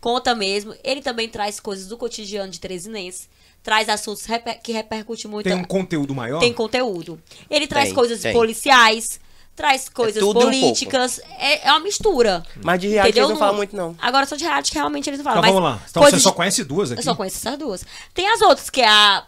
Speaker 3: Conta mesmo. Ele também traz coisas do cotidiano de Teresinense. Traz assuntos reper- que repercutem muito.
Speaker 1: Tem um conteúdo maior?
Speaker 3: Tem conteúdo. Ele traz
Speaker 5: Tem,
Speaker 3: coisas
Speaker 5: tem.
Speaker 3: policiais, traz coisas
Speaker 5: tudo um
Speaker 3: políticas. é, é uma mistura.
Speaker 5: Mas de reality
Speaker 3: entendeu?
Speaker 5: eles não falam muito, não.
Speaker 3: Agora só de reality que realmente eles não falam.
Speaker 1: Então
Speaker 3: Ah, mas
Speaker 1: vamos lá. Então você
Speaker 3: coisas
Speaker 1: só
Speaker 3: de-
Speaker 1: conhece duas aqui?
Speaker 3: Eu só conheço essas duas. Tem as outras, que é a.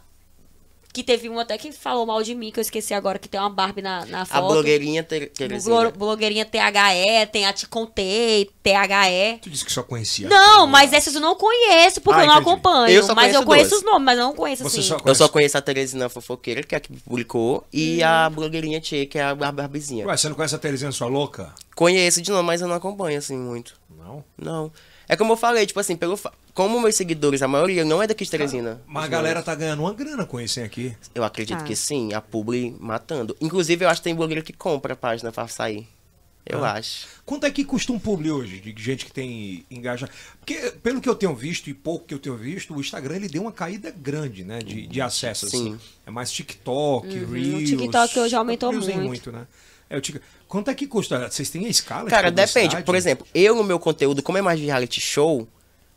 Speaker 3: Que teve uma até que falou mal de mim, que eu esqueci agora, que tem uma Barbie na, na
Speaker 5: A
Speaker 3: foto.
Speaker 5: blogueirinha né? Ter-
Speaker 3: Blo-
Speaker 5: Teresina.
Speaker 3: blogueirinha THE, tem a Te Contei, THE.
Speaker 1: Tu disse que só conhecia.
Speaker 3: Não, mas essas eu não conheço, porque
Speaker 1: Ah,
Speaker 3: eu não
Speaker 1: entendi.
Speaker 3: acompanho.
Speaker 5: Eu só
Speaker 3: mas eu
Speaker 5: conheço
Speaker 3: conheço
Speaker 5: duas.
Speaker 3: os nomes, mas eu não conheço
Speaker 1: Você
Speaker 3: assim.
Speaker 1: só
Speaker 5: Eu
Speaker 1: conhece.
Speaker 5: só conheço a Teresina Fofoqueira, que é a que publicou, e a blogueirinha Tchê, que é a Bar- Barbizinha.
Speaker 1: Hum. Ué, você não conhece a Terezinha sua louca?
Speaker 5: Conheço de nome, mas eu não acompanho, assim, muito.
Speaker 1: Não.
Speaker 5: Não. É como eu falei, tipo assim, pelo fa- como meus seguidores, a maioria não é daqui de Teresina.
Speaker 1: Mas a
Speaker 5: Os
Speaker 1: galera tá ganhando uma grana com isso aqui.
Speaker 5: maiores. Eu acredito
Speaker 3: Ah.
Speaker 5: que sim, a publi matando. Inclusive, eu acho que tem blogueiro que compra a página pra sair. Eu acho.
Speaker 1: Quanto é que custa um publi hoje de gente que tem engajamento? Porque, pelo que eu tenho visto e pouco que eu tenho visto, o Instagram ele deu uma caída grande, né? De, de acesso, assim.
Speaker 5: Sim. Uhum.
Speaker 1: É mais TikTok, Reels.
Speaker 3: TikTok hoje aumentou
Speaker 1: Reels nem
Speaker 3: muito.
Speaker 1: né? É, o Tik- Quanto é que custa? Vocês têm a escala? de
Speaker 5: Cara,
Speaker 1: publicidade?
Speaker 5: depende. Por exemplo, eu no meu conteúdo, como é mais de reality show,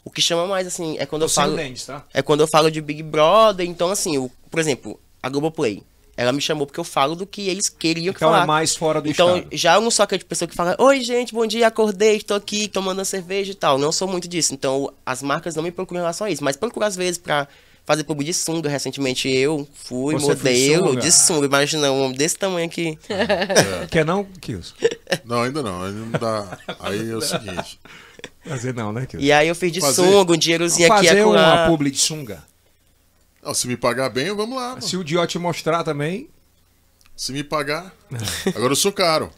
Speaker 5: o que chama mais, assim, é quando eu
Speaker 1: Tô sem
Speaker 5: falo.
Speaker 1: lentes, tá?
Speaker 5: É quando eu falo de Big Brother. Então, assim, o- por exemplo, a Globoplay. Ela me chamou porque eu falo do que eles queriam que
Speaker 1: Então é
Speaker 5: falar.
Speaker 1: mais fora do
Speaker 5: Então,
Speaker 1: estado.
Speaker 5: já eu não sou aquele de pessoa que fala, oi gente, bom dia, acordei, estou aqui tomando uma cerveja e tal. Não sou muito disso. Então, as marcas não me procuram em relação a isso. Mas procuram às vezes pra fazer pub de sunga. Recentemente eu fui
Speaker 1: Você foi de
Speaker 5: modelo
Speaker 1: sunga?
Speaker 5: de sunga. Imagina um homem desse tamanho aqui.
Speaker 1: É. Quer não, Kills?
Speaker 2: Não, ainda não. Ainda não dá. Aí é o seguinte.
Speaker 1: Fazer não, né, Kills?
Speaker 5: E aí eu fiz de
Speaker 2: Fazer-
Speaker 5: sunga, um dinheirozinho aqui
Speaker 1: Fazer uma
Speaker 5: acolá.
Speaker 1: publi de sunga.
Speaker 2: Não, se me pagar bem, vamos lá. mano.
Speaker 1: Se o Diot mostrar também.
Speaker 2: Se me pagar. Agora eu sou caro.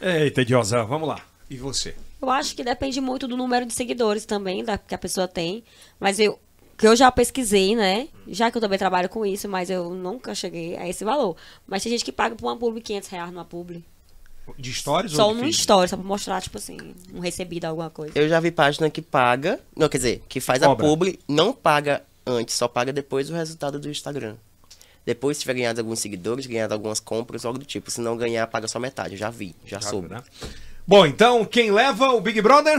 Speaker 1: Eita, Diozão, vamos lá. E você?
Speaker 3: Eu acho que depende muito do número de seguidores também da, que a pessoa tem. Mas eu que eu já pesquisei, né? Já que eu também trabalho com isso, mas eu nunca cheguei a esse valor. Mas tem gente que paga por uma publi 500 reais numa publi.
Speaker 1: De stories
Speaker 3: só
Speaker 1: ou
Speaker 5: um
Speaker 1: de
Speaker 3: num
Speaker 1: feed?
Speaker 3: story, só pra mostrar, tipo assim, um recebido, alguma coisa.
Speaker 5: Eu já vi página que paga, não, quer dizer, que faz
Speaker 1: Cobra.
Speaker 5: a publi, não paga antes, só paga depois o resultado do Instagram. Depois, se tiver ganhado alguns seguidores, ganhado algumas compras, algo do tipo. Se não ganhar, paga só metade. Eu já vi, já
Speaker 1: Sabe,
Speaker 5: soube.
Speaker 1: né? Bom, então, quem leva o Big Brother?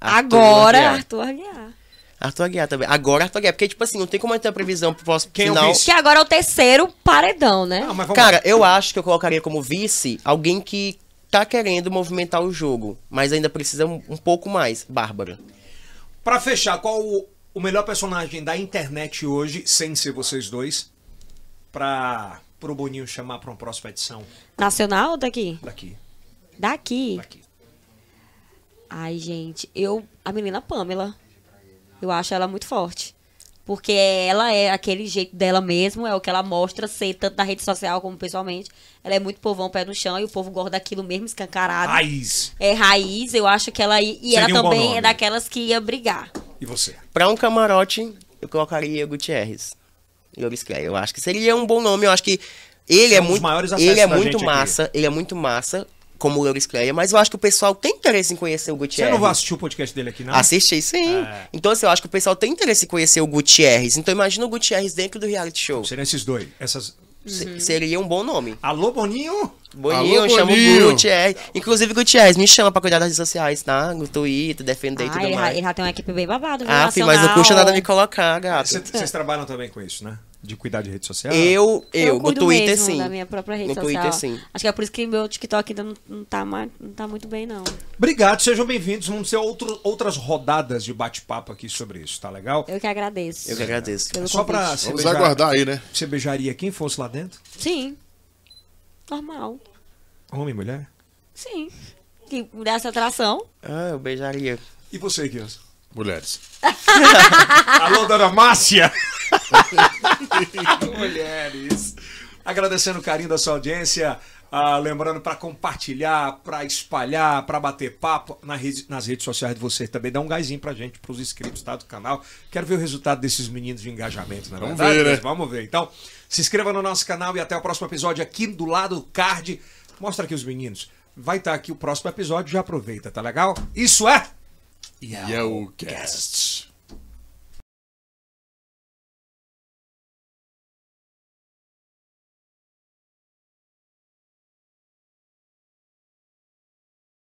Speaker 5: Arthur
Speaker 3: Agora,
Speaker 5: Aguiar.
Speaker 3: Arthur Aguiar.
Speaker 5: Arthur Aguiar também. Agora Arthur Aguiar, porque, tipo assim, não tem como eu ter a previsão pro próximo
Speaker 1: Quem é o
Speaker 5: final.
Speaker 1: vice?
Speaker 3: Que agora é o terceiro paredão, né?
Speaker 1: Ah, mas vamos
Speaker 5: É. Cara,
Speaker 1: lá.
Speaker 5: eu acho que eu colocaria como vice alguém que tá querendo movimentar o jogo, mas ainda precisa um, um pouco mais. Bárbara.
Speaker 1: Pra fechar, qual o, o melhor personagem da internet hoje, sem ser vocês dois, pra, pro Boninho chamar pra uma próxima edição
Speaker 3: Nacional ou daqui?
Speaker 1: daqui?
Speaker 3: Daqui.
Speaker 1: daqui.
Speaker 3: Ai, gente, eu. A menina Pamela. Eu acho ela muito forte. Porque ela é aquele jeito dela mesmo, é o que ela mostra ser, tanto na rede social como pessoalmente. Ela é muito povão, pé no chão, e o povo gosta daquilo mesmo, escancarado.
Speaker 1: Raiz.
Speaker 3: É raiz, eu acho que ela. E e
Speaker 1: Seria
Speaker 3: ela
Speaker 1: um bom
Speaker 3: também
Speaker 1: nome.
Speaker 3: é daquelas que ia brigar.
Speaker 1: E você?
Speaker 5: Pra um camarote, eu colocaria Gutierrez. Loris Clay. Eu acho que seria um bom nome. Eu acho que ele é,
Speaker 1: um dos
Speaker 5: muito.
Speaker 1: maiores acessos
Speaker 5: Ele é
Speaker 1: da gente
Speaker 5: muito
Speaker 1: aqui.
Speaker 5: massa. Ele é muito massa, como o Loris Clay. Mas eu acho que o pessoal tem interesse em conhecer o
Speaker 1: Você
Speaker 5: Gutierrez.
Speaker 1: não vai assistir o podcast dele aqui, não?
Speaker 5: Assisti, sim.
Speaker 1: É.
Speaker 5: Então, assim, eu acho que o pessoal tem interesse em conhecer o Gutierrez. Então, imagina o Gutierrez dentro do reality show.
Speaker 1: Seriam esses dois. Essas...
Speaker 5: Se- Seria um bom nome.
Speaker 1: Alô, Boninho?
Speaker 5: Boninho,
Speaker 2: Alô,
Speaker 5: eu chamo
Speaker 2: Boninho.
Speaker 5: o Gutierrez. Inclusive, Gutierrez, me chama pra cuidar das redes sociais, tá? No Twitter, defender e
Speaker 3: Ah,
Speaker 5: tudo
Speaker 3: ele, já-
Speaker 5: mais.
Speaker 3: ele já tem uma equipe bem babada. viu?
Speaker 5: Ah, fi, mas não custa
Speaker 3: Nacional.
Speaker 5: nada me colocar, gato.
Speaker 1: Vocês vocês trabalham também com isso, né? De cuidar de rede social?
Speaker 5: Eu, eu,
Speaker 3: Eu,
Speaker 5: no
Speaker 3: cuido
Speaker 5: Twitter
Speaker 3: mesmo
Speaker 5: sim.
Speaker 3: da minha própria rede
Speaker 5: no
Speaker 3: social.
Speaker 5: Twitter sim.
Speaker 3: Acho que é por isso que meu TikTok ainda não, não, tá, ma- não tá muito bem, não.
Speaker 1: Obrigado, sejam bem-vindos. Vamos ter outro- outras rodadas de bate-papo aqui sobre isso, tá legal?
Speaker 3: Eu que agradeço.
Speaker 5: Eu que agradeço.
Speaker 3: Pelo
Speaker 1: Só
Speaker 3: convite.
Speaker 1: pra
Speaker 2: Vamos aguardar aí, né?
Speaker 1: Você beijaria quem fosse lá dentro?
Speaker 3: Sim. Normal.
Speaker 1: Homem, mulher?
Speaker 3: Sim. Que dessa atração.
Speaker 5: Ah, eu beijaria.
Speaker 1: E você, Guilherme?
Speaker 2: Mulheres.
Speaker 1: Alô, dona Márcia! Mulheres! Agradecendo o carinho da sua audiência. ah, lembrando para compartilhar, para espalhar, para bater papo na rede- nas redes sociais de vocês também. Dá um gásinho pra gente, pros inscritos tá, do canal. Quero ver o resultado desses meninos de engajamento, na
Speaker 2: Vamos
Speaker 1: verdade.
Speaker 2: ver, né?
Speaker 1: mesmo. Vamos ver. Então, se inscreva no nosso canal e até o próximo episódio aqui do lado do card. Mostra aqui os meninos. Vai tá estar aqui o próximo episódio, já aproveita, tá legal? Isso é
Speaker 2: E é o cast.